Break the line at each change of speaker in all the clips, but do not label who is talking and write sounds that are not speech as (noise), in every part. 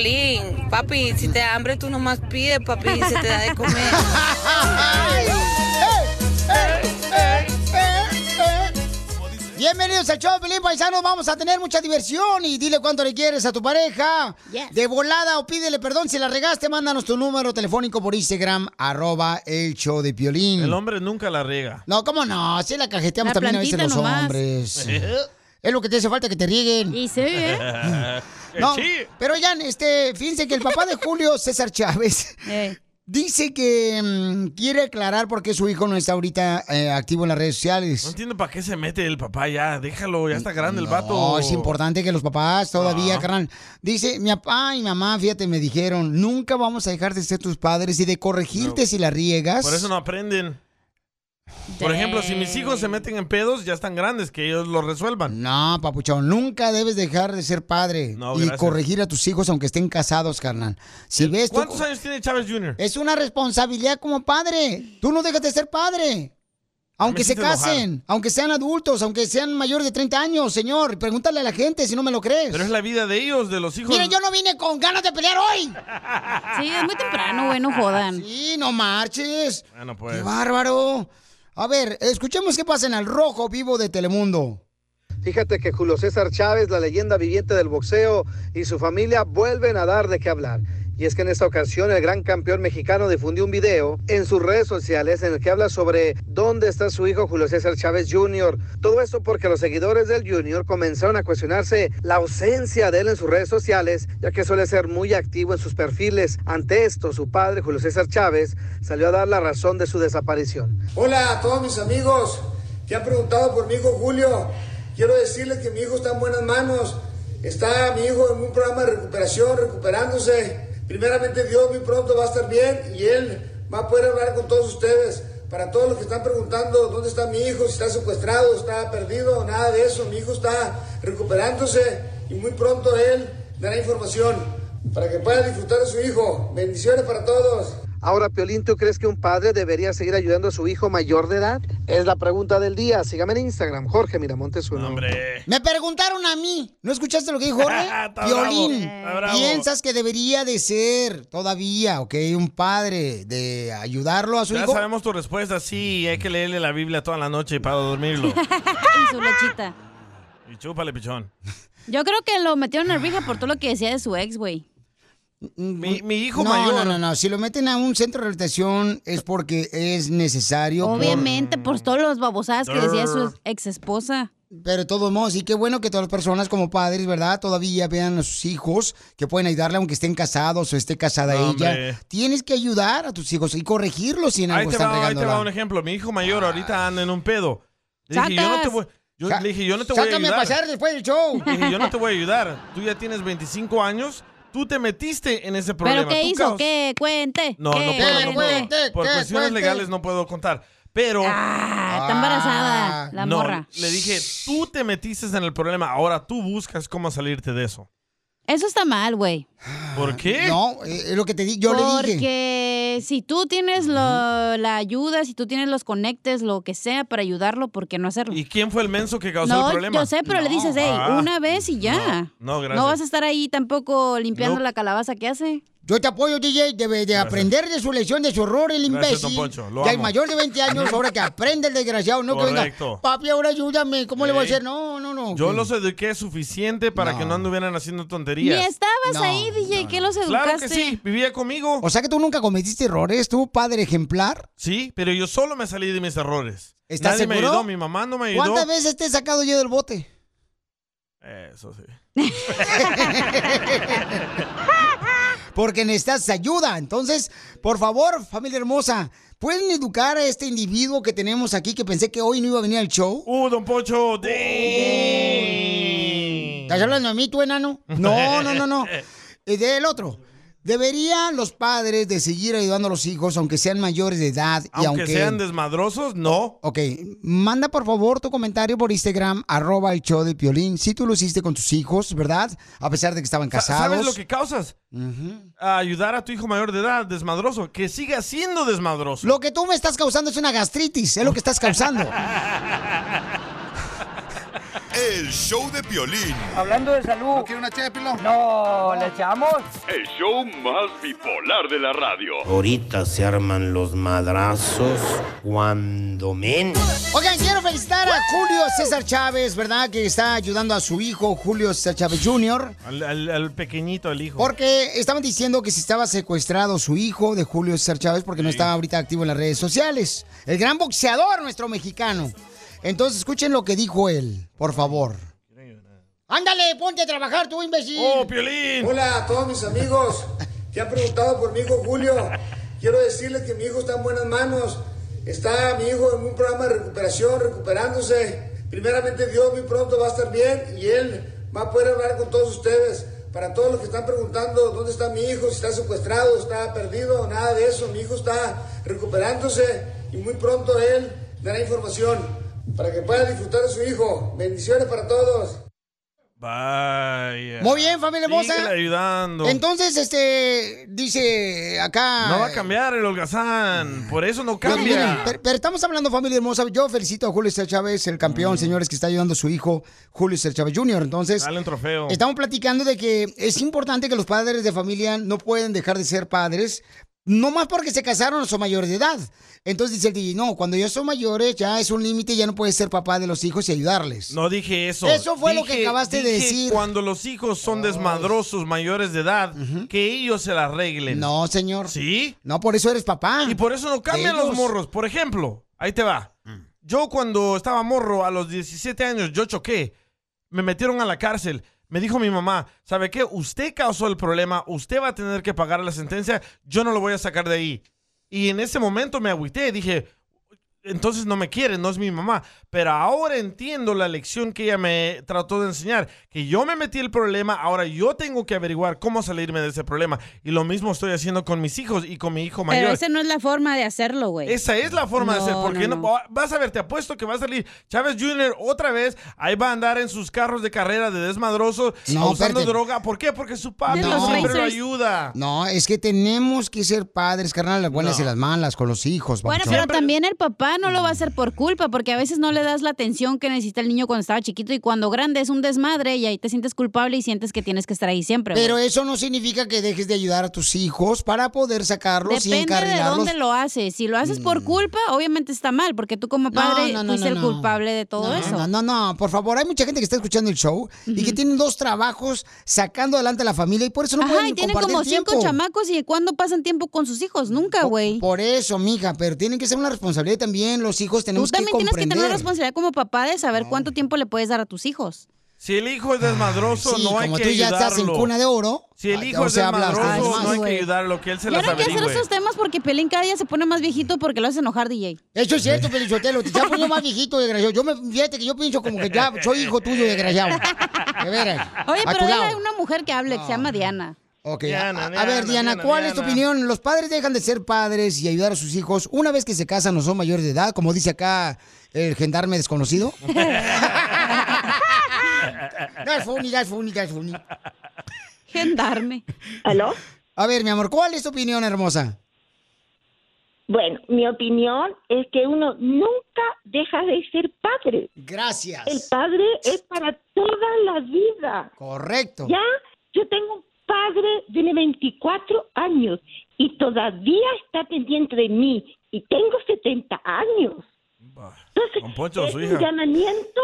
Violín, papi, si te da hambre tú nomás pides, papi, y se te da de comer.
(laughs) Bienvenidos al show, Pelín Paisano. Vamos a tener mucha diversión y dile cuánto le quieres a tu pareja.
Yes.
De volada o pídele perdón si la regaste. Mándanos tu número telefónico por Instagram, Ah, arroba el show de Piolín.
El hombre nunca la riega.
No, ¿cómo no? Si la cajeteamos
La
también a veces los
plantita nomás.
hombres. es lo que te hace falta que te rieguen. Y sí,
¿eh?
(laughs) ¿eh?
(laughs)
No, pero oigan, este, fíjense que el papá de Julio, César Chávez, dice que mm, quiere aclarar por qué su hijo no está ahorita eh, activo en las redes
No
sociales.
entiendo para qué se mete el papá ya. Déjalo, ya está grande el vato.
No, Oh, es importante que los papás todavía,
Ah.
carnal. Dice, mi papá y mamá, fíjate, me dijeron, nunca vamos a dejar de ser tus padres y de corregirte si la riegas.
Por eso no aprenden. Por ejemplo, si mis hijos se meten en pedos, ya están grandes, que ellos lo resuelvan.
No, papuchón, nunca debes dejar de ser padre
No,
y
gracias.
corregir a tus hijos aunque estén casados, carnal. Si ves tú-
¿Cuántos años tiene Chávez Jr.?
Es una responsabilidad como padre. Tú no dejas de ser padre. Aunque se
hiciste enojar.
casen, aunque sean adultos, aunque sean mayores de 30 años, señor. Pregúntale a la gente si no me lo crees.
Pero es la vida de ellos, de los hijos.
Miren, yo no vine con ganas de pelear hoy. Sí, es muy temprano,
güey, no jodan.
Sí, no marches.
Bueno, pues.
Qué bárbaro. A ver, escuchemos qué pasa en el rojo vivo de Telemundo.
Fíjate que Julio César Chávez, la leyenda viviente del boxeo, y su familia vuelven a dar de qué hablar. Y es que en esta ocasión el gran campeón mexicano difundió un video en sus redes sociales en el que habla sobre dónde está su hijo Julio César Chávez Jr. Todo esto porque los seguidores del Jr. comenzaron a cuestionarse la ausencia de él en sus redes sociales, ya que suele ser muy activo en sus perfiles. Ante esto, su padre, Julio César Chávez, salió a dar la razón de su desaparición.
Hola a todos mis amigos que han preguntado por mi hijo Julio. Quiero decirles que mi hijo está en buenas manos. Está mi hijo en un programa de recuperación, recuperándose. Primeramente Dios muy pronto va a estar bien y él va a poder hablar con todos ustedes. Para todos los que están preguntando dónde está mi hijo, si está secuestrado, está perdido, nada de eso. Mi hijo está recuperándose y muy pronto él dará información para que puedan disfrutar de su hijo. Bendiciones para todos.
Ahora, Piolín, ¿tú crees que un padre debería seguir ayudando a su hijo mayor de edad? Es la pregunta del día. Sígame en Instagram, Jorge Miramontes uno.
Hombre.
Me preguntaron a mí. ¿No escuchaste lo que dijo
(laughs)
Jorge?
Está
Violín.
bravo, está bravo.
Piensas que debería de ser todavía, ¿ok? Un padre de ayudarlo a su
Ya
hijo.
sabemos tu respuesta, sí, hay que leerle la Biblia toda la noche para dormirlo.
en su lechita.
y chúpale, pichón.
Yo creo que lo metieron en rija por todo lo que decía de su ex, güey.
Mi, mi hijo
Mm, no,
mayor.
No, no, no. Si lo meten a un centro de rehabilitación es porque es necesario. por-
Obviamente, por todos los babosadas que decía su ex esposa.
Pero de todos modos, sí, qué bueno que todas las personas como padres, ¿verdad? Todavía vean a sus hijos que pueden ayudarle aunque estén casados o esté casada
No,
ella.
hombre.
Tienes que ayudar a tus hijos y corregirlos si en
Ahí
algo
te,
pues están
va, ahí te
regándola.
va un ejemplo. Mi hijo mayor ahorita anda en un pedo. Le dije, yo no te
¡Sacas!
voy, yo,
Sa-
le dije, yo no te voy a
Sácame
ayudar.
a pasar después del show.
Le dije,
(laughs)
yo no te voy a ayudar. Tú ya tienes 25 años. Tú te metiste en ese
¿Pero
problema.
qué
Tú
hizo?
caus-
¿Qué? Cuente.
No, no
¿Qué?
puedo. no puedo.
Cuente.
Por
¿Qué?
cuestiones
Cuente.
legales no puedo contar. Pero. Ah,
Ah, está embarazada la
no,
morra.
Le dije, tú te metiste en el problema. Ahora tú buscas cómo salirte de eso.
Eso está mal, güey.
¿Por qué?
Ah, No, eh, es lo que te di, yo le dije.
Porque si tú tienes lo- la ayuda, si tú tienes los conectes, lo que sea para ayudarlo, ¿por qué no hacerlo?
¿Y quién fue el menso que causó el
No,
problema?
yo sé, pero le dices, hey,
Ah,
una vez y ya.
No, no, gracias.
No vas a estar ahí tampoco limpiando
No.
la calabaza que hace.
Yo te apoyo, DJ, debe de aprender de su lección, de su error, el
Gracias, don
imbécil.
Poncho, lo
ya hay
amo.
mayor de 20 años, ahora que aprende el desgraciado, no que venga,
Correcto.
papi, ahora ayúdame, ¿cómo le voy a
Ey.
hacer? No, no, no.
Yo
que-
los eduqué suficiente para que no anduvieran haciendo tonterías.
Ni estabas ahí, DJ, ¿qué los educaste?
Claro que sí, vivía conmigo.
O sea que tú nunca cometiste errores, tú, padre ejemplar.
Sí, pero yo solo me salí de mis errores.
¿Estás
Nadie me
seguro?
ayudó, mi mamá no me ayudó.
¿Cuántas veces te he sacado yo del bote?
Eso sí.
Porque necesitas ayuda. Entonces, por favor, familia hermosa, ¿pueden educar a este individuo que tenemos aquí que pensé que hoy no iba a venir al show?
¡Uh, don Pocho!
¿Estás hablando de mí, tú, enano? No, no,
(laughs)
no, no. Eh, Del otro. ¿Deberían los padres de seguir ayudando a los hijos, aunque sean mayores de edad y
Aunque,
aunque...
sean desmadrosos, no.
Ok, manda por favor tu comentario por Instagram, arroba el show de Piolín, si tú lo hiciste con tus hijos, ¿verdad? A pesar de que estaban casados.
¿Sabes lo que causas? A ayudar a tu hijo mayor de edad, desmadroso, que siga siendo desmadroso.
Lo que tú me estás causando es una gastritis, es lo que estás causando.
El show de Piolín.
Hablando de salud. ¿No quiere una No, ¿le echamos?
El show más bipolar de la radio.
Ahorita se arman los madrazos cuando menos.
Oigan, (laughs) quiero felicitar a Julio César Chávez, ¿verdad? Que está ayudando a su hijo, Julio César Chávez Jr.
Al, al- al pequeñito, al hijo.
Porque estaban diciendo que si estaba secuestrado su hijo de Julio César Chávez porque no estaba ahorita activo en las redes sociales. El gran boxeador nuestro mexicano. Entonces escuchen lo que dijo él, por favor. Ándale, ponte a trabajar tú, imbécil.
¡Oh, Piolín! Hola a todos mis amigos que han preguntado por mi hijo Julio. Quiero decirles que mi hijo está en buenas manos. Está mi hijo en un programa de recuperación, recuperándose. Primeramente Dios muy pronto va a estar bien y él va a poder hablar con todos ustedes. Para todos los que están preguntando dónde está mi hijo, si está secuestrado, está perdido, nada de eso. Mi hijo está recuperándose y muy pronto él dará información para que pueda disfrutar de su hijo. Bendiciones para todos.
Vaya.
Muy bien, familia hermosa.
Síguele ayudando.
Entonces, este, dice acá...
No va a cambiar el
Mm.
holgazán. Por eso no
Pero, miren,
cambia.
pero, pero estamos hablando, familia hermosa. Yo felicito a Julio César Chávez, el campeón,
Mm.
señores, que está ayudando a su hijo, Julio César Chávez Jr. Entonces,
Dale un trofeo.
estamos platicando de que es importante que los padres de familia no pueden dejar de ser padres, no más porque se casaron o son mayor de edad. Entonces dice el DJ, no, cuando ellos son mayores ya es un límite, ya no puedes ser papá de los hijos y ayudarles.
No dije eso.
Eso fue lo que
Dije-
acabaste de
dije
decir. Oh.
Cuando los hijos son desmadrosos mayores de edad, que ellos se la arreglen.
No, señor.
¿Sí?
No, por eso eres papá.
Y por eso no cambian los
Ellos.
morros. Por ejemplo, ahí te va. Yo cuando estaba morro, a los 17 años, yo choqué. Me metieron a la cárcel. Me dijo mi mamá, ¿sabe qué? Usted causó el problema, usted va a tener que pagar la sentencia, yo no lo voy a sacar de ahí. Y en ese momento me agüité, dije, entonces no me quiere, no es mi mamá. Pero ahora entiendo la lección que ella me trató de enseñar, que yo me metí el problema, ahora yo tengo que averiguar cómo salirme de ese problema. Y lo mismo estoy haciendo con mis hijos y con mi hijo mayor.
Pero esa no es la forma de hacerlo, güey.
Esa es la forma de hacer,
No,
porque
no,
no, vas a ver, te apuesto que va a salir Chávez Jr. otra vez, ahí va a andar en sus carros de carrera de desmadroso,
No,
usando
espérate.
droga. ¿Por qué? Porque su padre
De los
siempre lo
racers.
ayuda.
No, es que tenemos que ser padres, carnal, las buenas y las malas con los hijos.
Bueno,
papuchón.
pero también el papá no lo
Mm.
va a hacer por culpa, porque a veces no le das la atención que necesita el niño cuando estaba chiquito y cuando grande es un desmadre y ahí te sientes culpable y sientes que tienes que estar ahí siempre. güey.
Pero eso no significa que dejes de ayudar a tus hijos para poder sacarlos y
Depende de
encarrilarlos. Mm.
dónde lo haces. Si lo haces por culpa, obviamente está mal, porque tú como padre
no, no,
fuiste
no,
el
no.
culpable de todo
no,
eso.
no, no, no, por favor, hay mucha gente que está escuchando el show y que tienen dos trabajos sacando adelante a la familia y por eso no
Ajá,
pueden
y tienen
compartir
como cinco
tiempo.
chamacos y ¿cuándo pasan tiempo con sus hijos? Nunca, güey.
Por eso, mija, pero tienen que ser una responsabilidad también. Los hijos
Tú
tenemos que
también tienes que
comprender.
tener la responsabilidad como papá de saber cuánto tiempo le puedes dar a tus hijos.
Si el hijo es desmadroso,
Sí,
no hay
como
que
tú ya estás en
ayudarlo.
cuna de oro.
Si el
ay,
hijo
o
es
sea, hablas
desmadroso,
más,
no hay que
güey.
ayudarlo, que él se
Y
las
ahora hay que hacer
averigüe.
esos temas porque Pelín cada día se pone más viejito porque lo hace enojar DJ.
Eso es cierto, (laughs) Pelichotelo. Te está poniendo más viejito, desgraciado. Yo me, fíjate que yo pienso como que ya soy hijo tuyo, desgraciado. De veras.
Oye,
a tu
pero dile
lado.
a una mujer que hable, que se llama Diana.
Ok,
Diana,
a- a, a
Diana,
ver, Diana,
Diana,
¿cuál es tu
Diana.
opinión? Los padres dejan de ser padres y ayudar a sus hijos una vez que se casan o son mayores de edad, como dice acá el gendarme desconocido. That's funny, that's funny, that's funny.
Gendarme.
¿Aló?
A ver, mi amor, ¿cuál es tu opinión, hermosa?
Bueno, mi opinión es que uno nunca deja de ser padre.
Gracias.
El padre es para toda la vida.
Correcto.
Ya, yo tengo un padre, tiene 24 años y todavía está pendiente de mí y tengo 70 años.
Don Poncho, su
es
hija.
un llamamiento,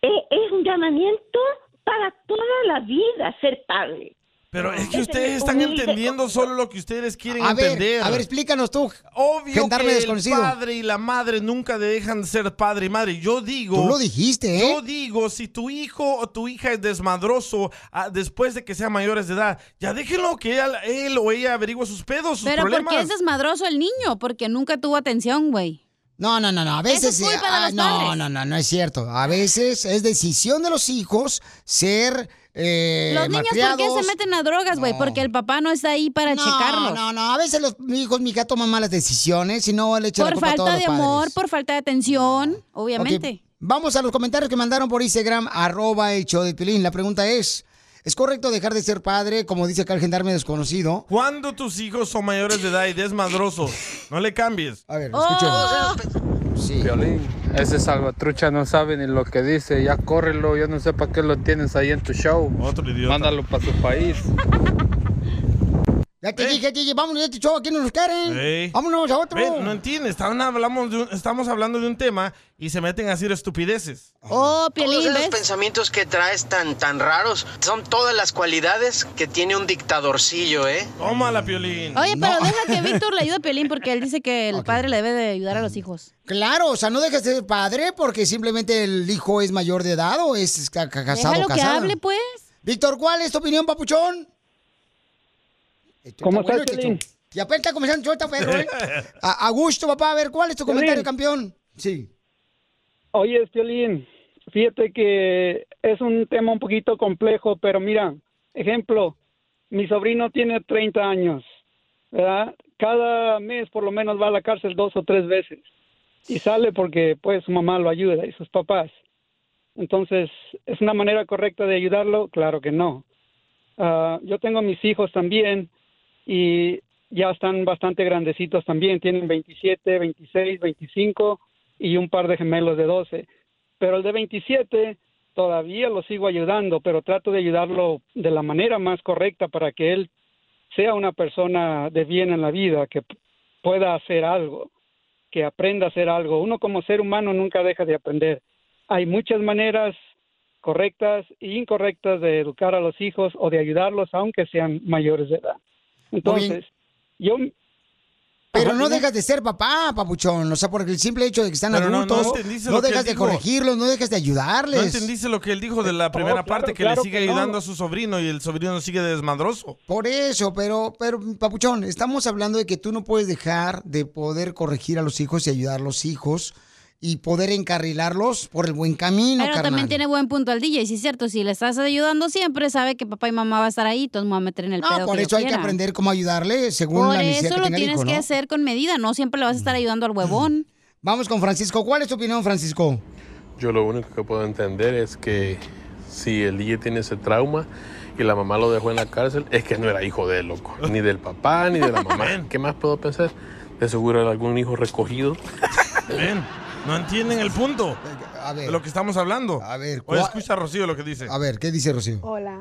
eh, es un llamamiento para toda la vida ser
(laughs)
padre.
Pero es que ustedes están
Humilde.
entendiendo solo lo que ustedes quieren
A ver,
entender.
a ver, explícanos tú.
Obvio
Gendarme
que
desconocido.
el padre y la madre nunca dejan de ser padre y madre. Yo digo...
Tú lo dijiste, ¿eh?
Yo digo, si tu hijo o tu hija es desmadroso ah, después de que sean mayores de edad, ya déjenlo que él, él o ella averigüe sus pedos, sus
Pero ¿por
problemas.
qué es desmadroso el niño? Porque nunca tuvo atención, güey.
No, no, no, no. A veces.
Eso es culpa de
ah,
los
no,
padres.
no, no, no es cierto. A veces es decisión de los hijos ser. Eh,
Los niños, ¿por qué
malcriados.
se meten a drogas, güey? Porque el papá no está ahí para
no,
checarlos.
No, no, a veces los hijos, mi hija, toman malas decisiones y no le echan la
Por
culpa a todos
falta
los
de
padres.
amor, por falta de atención, obviamente.
Ok, Vamos a los comentarios que mandaron por Instagram, arroba el show de Pilín. La pregunta es, ¿es correcto dejar de ser padre, como dice acá el gendarme desconocido?
Cuando tus hijos son mayores de edad y desmadrosos, no le cambies.
A ver,
Oh.
escucho.
Violín, Ese salvatrucha no sabe ni lo que dice. Ya córrelo, yo no sé para qué lo tienes ahí en tu show.
Otro
Mándalo para su país.
Ya te dije, DJ, vámonos de este show, aquí no nos quieren.
Ey.
Vámonos a otro.
Ve, no entiendes, estaban- hablamos de un- estamos hablando de un tema y se meten a decir estupideces.
Oh,
Todos esos pensamientos que traes tan, tan raros son todas las cualidades que tiene un dictadorcillo, ¿eh?
Tómala, Piolín.
Oye, pero deja
(laughs)
que Víctor le ayude a Pelín porque él dice que el padre le debe de ayudar a los hijos.
Claro, o sea, no dejes de ser padre porque simplemente el hijo es mayor de edad o es ca- ca- casado
Déjalo
o casada.
que hable, pues.
Víctor, ¿cuál es tu opinión, papuchón?
¿Cómo
Está
estás,
bueno este
Piolín?
show. Y apenas está comenzando el show, está perro, ¿eh?
(laughs)
A, a gusto, papá, a ver, ¿cuál es tu comentario,
Piolín.
campeón? Sí.
Oye, Piolín, fíjate que es un tema un poquito complejo, pero mira, ejemplo, mi sobrino tiene 30 años, ¿verdad? Cada mes por lo menos va a la cárcel dos o tres veces y sale porque pues su mamá lo ayuda y sus papás. Entonces, ¿es una manera correcta de ayudarlo? Claro que no. Ah, yo tengo mis hijos también y ya están bastante grandecitos también, tienen 27, 26, 25 y un par de gemelos de 12. Pero el de 27 todavía lo sigo ayudando, pero trato de ayudarlo de la manera más correcta para que él sea una persona de bien en la vida, que p- pueda hacer algo, que aprenda a hacer algo. Uno como ser humano nunca deja de aprender. Hay muchas maneras correctas e incorrectas de educar a los hijos o de ayudarlos aunque sean mayores de edad. Entonces,
(laughs)
yo
Pero no dejas de ser papá, papuchón. O sea, porque el simple hecho de que están
Pero no,
adultos,
no entendiste lo que
dejas
él
de
dijo.
corregirlos, no dejas de ayudarles.
No entendiste lo que él dijo de la primera
Eh, claro,
parte, que
claro
le sigue
que no.
ayudando a su sobrino y el sobrino sigue desmadroso.
Por eso, pero, pero, Papuchón, estamos hablando de que tú no puedes dejar de poder corregir a los hijos y ayudar a los hijos y poder encarrilarlos por el buen camino,
Pero
carnal.
también tiene buen punto al DJ, sí es cierto. Si le estás ayudando siempre, sabe que papá y mamá va a estar ahí, entonces me va a meter en el pedo
No, por
que yo
eso hay que
quiera.
aprender cómo ayudarle según
Por
la necesidad
eso
que
lo
tenga el
tienes
hijo,
que
¿no?
hacer con medida, no siempre le vas a estar ayudando al huevón.
Vamos con Francisco. ¿Cuál es tu opinión, Francisco?
Yo lo único que puedo entender es que si el DJ tiene ese trauma y la mamá lo dejó en la cárcel, es que no era hijo de él, loco. Ni del papá, ni de la mamá. ¿Qué más puedo pensar? De seguro era algún hijo recogido.
Ven, no entienden el punto de lo que estamos hablando. A
ver,
Oye,
¿cuál-
escucha a Rocío lo que dice.
A ver, ¿qué dice Rocío?
Hola,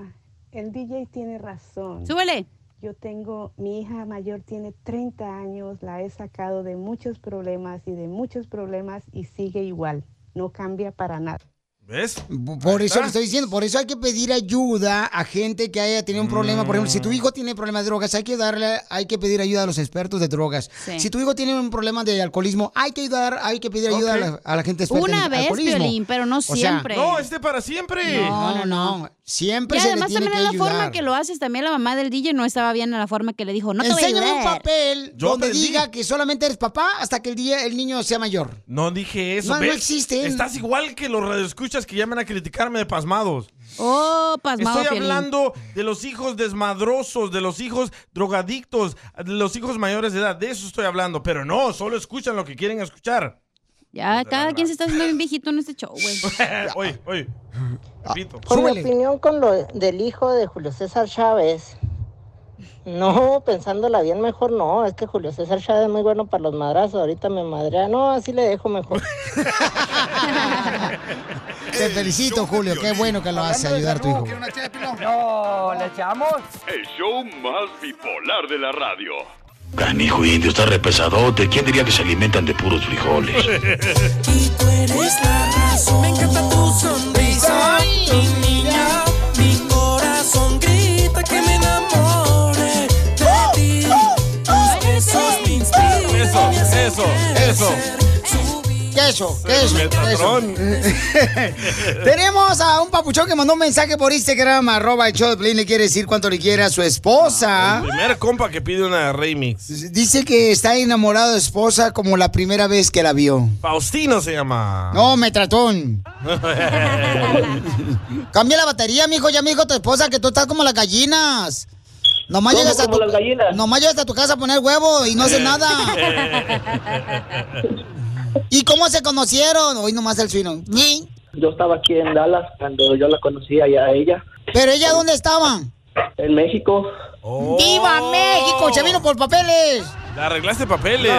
el DJ tiene razón.
Súbele.
Yo tengo, mi hija mayor tiene 30 años, la he sacado de muchos problemas y de muchos problemas y sigue igual, no cambia para nada.
¿Ves?
Por eso
Ahí está.
le estoy diciendo, por eso hay que pedir ayuda a gente que haya tenido un problema. Por ejemplo, si tu hijo tiene problemas de drogas, hay que darle, hay que pedir ayuda a los expertos de drogas.
Sí.
Si tu hijo tiene un problema de alcoholismo, hay que ayudar, hay que pedir ayuda a, la, a la gente experta
Una
en
vez,
alcoholismo.
Piolín, pero no
O sea,
siempre.
No, este para siempre.
no, no, no. Siempre
y
se
además
le tiene
también
que
es la
ayudar.
forma que lo haces, también la mamá del DJ no estaba bien en la forma que le dijo, no te voy a
Enséñame un
ayudar.
papel
Yo
donde
aprendí.
diga que solamente eres papá hasta que el día el niño sea mayor.
No dije eso.
No, no
¿ves?
existe.
Estás igual que los radioescuchas que llaman a criticarme de pasmados.
Oh, pasmado
Estoy
Piolín.
hablando de los hijos desmadrosos, de los hijos drogadictos, de los hijos mayores de edad. De eso estoy hablando. Pero no, solo escuchan lo que quieren escuchar.
Ya, cada quien se está haciendo bien viejito en este show, güey.
(laughs) oye,
(laughs)
oye. Repito.
Ah,
Por mi opinión con lo del hijo de Julio César Chávez, no, pensándola bien mejor no, es que Julio César Chávez es muy bueno para los madrazos, ahorita me madrea, no, así le dejo mejor.
Te felicito, Julio. Qué bueno que lo hace ayudar a tu hijo.
No, ¿le echamos?
El show más bipolar de la radio.
Canijo indio, está repesadote. ¿Quién diría que se alimentan de puros frijoles?
Tú eres la razón. Me encanta tu sonrisa, mi niña. Mi corazón grita que me enamore de ti. Tus besos me inspiran.
Eso, eso, eso.
Queso, queso, queso.
Metatrón. (laughs)
Tenemos a un papuchón que mandó un mensaje por Instagram, arroba el show de Piolín, le quiere decir cuánto le quiere a su esposa.
Primer compa que pide una remix.
Dice que está enamorado de esposa como la primera vez que la vio.
Faustino se (laughs) llama.
No, me tratón. Cambia la batería, mijo. Ya me dijo tu esposa que tú estás como las gallinas. Nomás
¿Cómo
llegas a
como
tu,
las gallinas?
Nomás llegas a tu casa a poner huevo y (laughs) no
Eh.
haces nada.
(laughs)
Eh.
¿Y cómo se conocieron? Hoy nomás el suino. Ni.
Yo estaba aquí en Dallas cuando yo la conocí allá a ella,
¿Pero ella dónde estaba?
en México.
¡Viva México! ¡Se vino por papeles!
Le arreglaste papeles.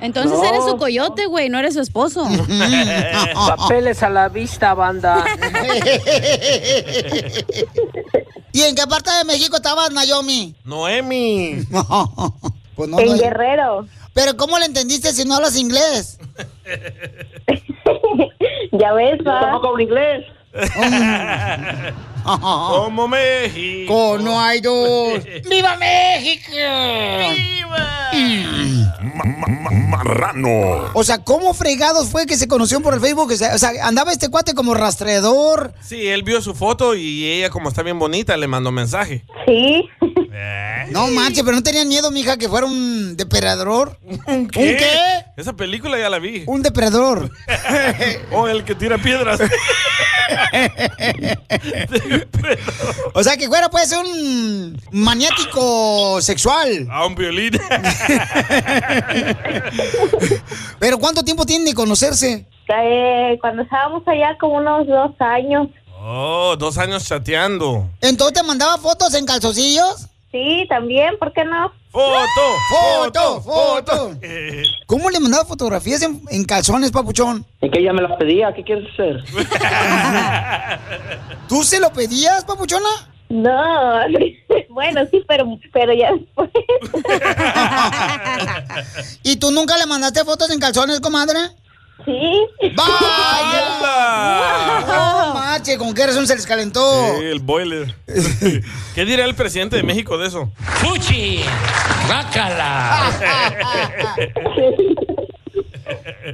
Entonces
No.
eres su coyote, güey, no eres su
(laughs)
esposo.
(laughs) Papeles a la vista,
(laughs)
banda.
¿Y en qué parte de México estabas, Naomi?
Noemi.
Pues
En
Guerrero. Pero ¿cómo le entendiste si no hablas inglés?
ya ves,
va. tampoco
hablo inglés.
Como México.
no hay dos. ¡Viva México! Mm.
Marrano.
O sea, ¿cómo fregados fue que se conocieron por el Facebook? O sea, o sea, andaba este cuate como rastreador.
Sí, él vio su foto y ella, como está bien bonita, le mandó mensaje.
Sí. No manches, pero no tenían miedo, mija, que fuera un depredador. ¿Un ¿Un qué?
Esa película ya la vi.
Un depredador.
(laughs) o el que tira piedras. (laughs)
O sea, que fuera pues un maniático sexual.
A un violín. (laughs)
Pero ¿cuánto tiempo tienen de conocerse?
Eh, cuando estábamos allá como unos dos años.
Oh, dos años chateando.
¿Entonces te mandaba fotos en calzoncillos?
Sí, también, ¿por qué no?
¡Foto!
¡Foto! ¡Foto! ¿Cómo le mandaba fotografías en, en calzones, papuchón?
Es que ella me las pedía, ¿qué quieres
(laughs)
hacer?
¿Tú se lo pedías, papuchona?
(laughs)
No, bueno, sí, pero, pero ya después.
(laughs) ¿Y tú nunca le mandaste fotos en calzones, comadre?
Sí.
(laughs)
¡Vaya!
¡Wow!
¡No manches! ¿Con qué razón se les calentó?
Sí,
(laughs)
el boiler. ¿Qué dirá el presidente de México de eso?
¡Fuchi!
(laughs)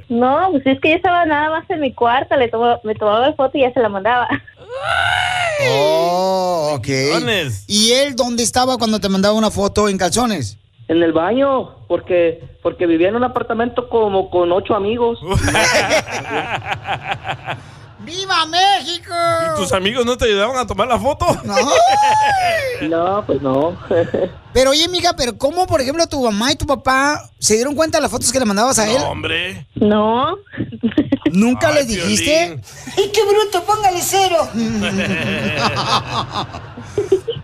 No, pues es que yo estaba nada más en mi cuarto, le tomo- me tomaba la foto y ya se la mandaba.
Oh, ok. ¿Y él dónde estaba cuando te mandaba una foto en calzones?
En el baño, porque porque vivía en un apartamento como con ocho amigos.
¡Viva México!
(laughs) ¿Tus amigos no te ayudaban a tomar la foto?
(laughs) No, pues no.
Pero oye, amiga, pero ¿cómo, por ejemplo, tu mamá y tu papá se dieron cuenta de las fotos que le mandabas a él?
Hombre.
No. ¿Nunca le dijiste? ¡Ay, qué bruto! ¡Póngale cero!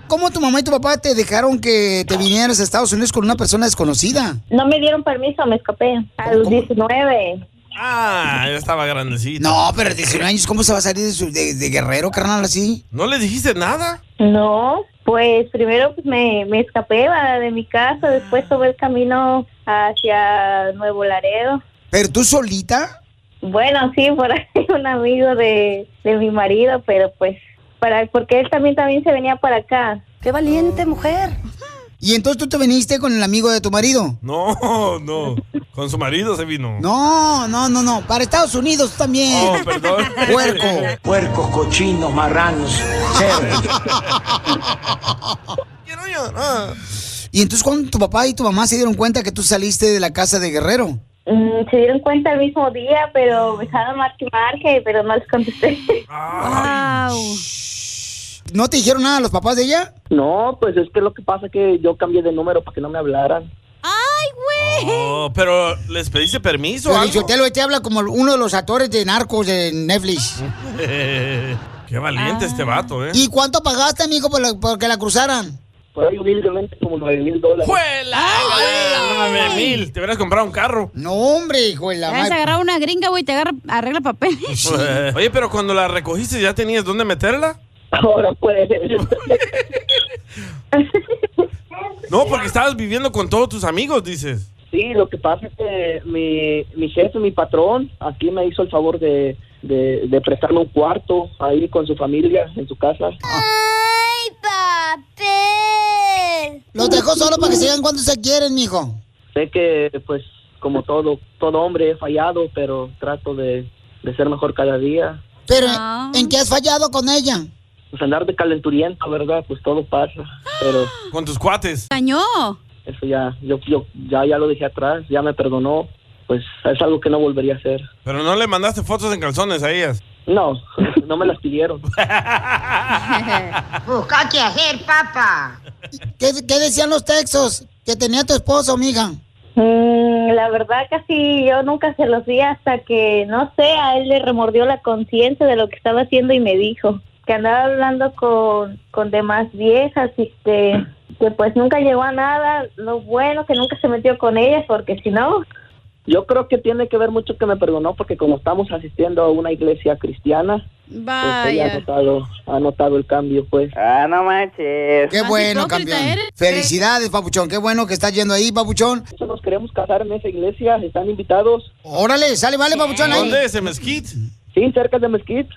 ¿Cómo tu mamá y tu papá te dejaron que te vinieras a Estados Unidos con una persona desconocida?
No me dieron permiso, me escapé. A los 19.
Ah, ya estaba grandecito.
No, pero 19 años, ¿cómo se va a salir de, su- de- de guerrero, carnal, así?
¿No le dijiste nada?
No, pues primero pues me, me escapé va, de mi casa, después tomé el camino hacia Nuevo Laredo.
¿Pero tú solita?
Bueno, sí, por ahí (laughs) un amigo de, de mi marido, pero pues para porque él también también se venía para acá.
¡Qué valiente mujer! ¿Y entonces tú te viniste con el amigo de tu marido?
(laughs) No, no. Con su marido se vino.
No, no, no, no. Para Estados Unidos tú también.
Oh, perdón.
(laughs) Puerco.
(laughs)
Puercos, cochinos, marranos.
(laughs)
Y entonces cuando tu papá y tu mamá se dieron cuenta que tú saliste de la casa de Guerrero.
Mm, se dieron cuenta el mismo día, pero me estaban marque y marque, pero no les contesté.
¿No te dijeron nada (laughs) los papás de ella?
No, pues es que lo que pasa es que yo cambié de número para que no me hablaran.
Oh, pero ¿les pediste permiso o
Pero
algo?
Sotelo te habla como uno de los actores de narcos de Netflix.
Eh, (laughs) Qué valiente este vato, Ah, ¿eh?
Ah. ¿Y cuánto pagaste, amigo, por, la- por que la cruzaran?
Por ahí humildemente como nueve mil dólares.
Nueve mil. Te hubieras comprado un carro.
No, hombre, hijo de la
Vas a agarrar una gringa, güey, te agarra, arregla papeles.
Oye, pero cuando la recogiste, ¿ya tenías dónde meterla?
Ahora pues.
(laughs) No, porque estabas viviendo con todos tus amigos, dices.
Sí, lo que pasa es que mi, mi jefe, mi patrón, aquí me hizo el favor de, de, de prestarme un cuarto ahí con su familia, en su casa.
Uh.
Los dejó solo para que sigan cuando se quieren, mijo.
Sé que, pues, como todo, todo hombre he fallado, pero trato de, de ser mejor cada día.
Pero, ¿en qué has fallado con ella?
Pues andar de calenturiento, ¿verdad? Pues todo pasa, pero...
Con tus cuates.
Dañó.
Eso ya, yo, yo ya, ya lo dejé atrás, ya me perdonó. Pues es algo que no volvería a hacer.
Pero no le mandaste fotos en calzones a ellas.
No, no me las pidieron.
(laughs) Busca qué hacer, papá. ¿Qué, decían los textos que tenía tu esposo, mija?
Mm, la verdad casi yo nunca se los di hasta que, no sé, a él le remordió la conciencia de lo que estaba haciendo y me dijo que andaba hablando con, con demás viejas y que, que pues nunca llegó a nada. Lo bueno que nunca se metió con ellas porque si no,
Yo creo que tiene que ver mucho que me perdonó porque como estamos asistiendo a una iglesia cristiana, pues ella ha
Vaya.
notado, ha notado el cambio, pues. Ah, no manches.
Qué bueno, campeón. Felicidades, papuchón. Qué bueno que estás yendo ahí, papuchón.
Nos queremos casar en esa iglesia. Están invitados.
Órale, sale, vale, (laughs) papuchón. ahí.
¿Dónde es? ¿En Mesquite?
Sí, cerca de Mesquite.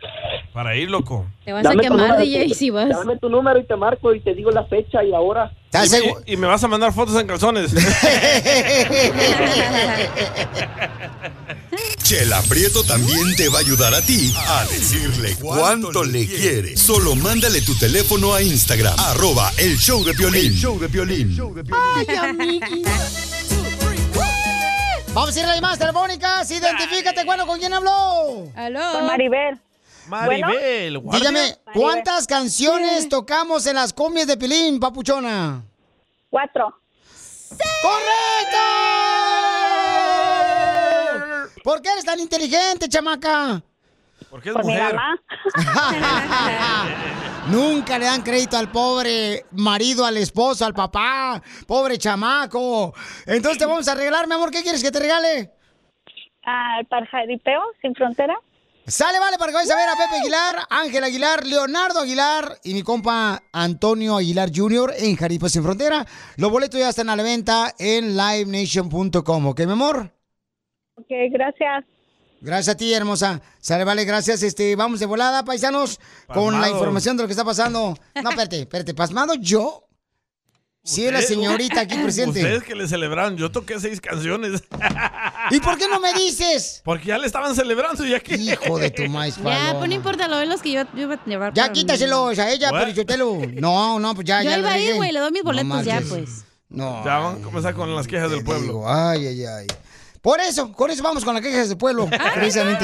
Para ir, loco.
Te vas a quemar, DJ, si vas.
Dame tu número y te marco y te digo la fecha y la hora.
Y,
(laughs)
y- y me vas a mandar fotos
(laughs)
en calzones. (laughs)
Chela Prieto también te va a ayudar a ti a decirle cuánto le quiere. Solo mándale tu teléfono a Instagram, arroba el show de Piolín. El show de Piolín.
Ay, amiguito. (laughs) Vamos a ir a las llamadas telefónicas. Identifícate, bueno, ¿con quién habló?
Aló.
Con Maribel.
Maribel, guardia.
Dígame, ¿cuántas canciones tocamos en las cumbias de Pilín, papuchona?
Cuatro.
¡Correcto! ¿Por qué eres tan inteligente, chamaca?
Porque es
Por mi
mujer.
mamá.
(laughs) Nunca le dan crédito al pobre marido, al esposo, al papá, pobre chamaco. Entonces te vamos a regalar, mi amor, ¿qué quieres que te regale?
Al Parjaripeo Ah, Sin Frontera.
Sale, vale, para que vayas a ver a Pepe Aguilar, Ángel Aguilar, Leonardo Aguilar y mi compa Antonio Aguilar Jr. en Jaripas Sin Frontera. Los boletos ya están a la venta en livenation.com, ¿ok, mi amor?
Ok, gracias.
Gracias a ti, hermosa. Sale, vale, gracias. Este, vamos de volada, paisanos, con la
Pasmado.
información de lo que está pasando. No, espérate, espérate, pasmado yo. Sí, la
Ustedes-
señorita
(laughs)
aquí presente.
Eh, Ustedes que le celebraron, yo toqué seis canciones.
¿Y por qué no me dices?
Porque ya le estaban celebrando y aquí.
Hijo de
(laughs)
tu maíz,
Ya, pues no importa, lo ven los que yo, yo iba a llevar.
Ya
para mí.
quítaselos a ella, pero yo te lo. No, no, pues ya,
Yo
ya.
iba
lo
a ir,
regué.
güey, le doy mis
No
boletos ya,
marches.
pues.
No.
Ya van a comenzar con las quejas del pueblo.
ay, ay, ay. Por eso, con eso vamos con las quejas del
(laughs)
pueblo, precisamente.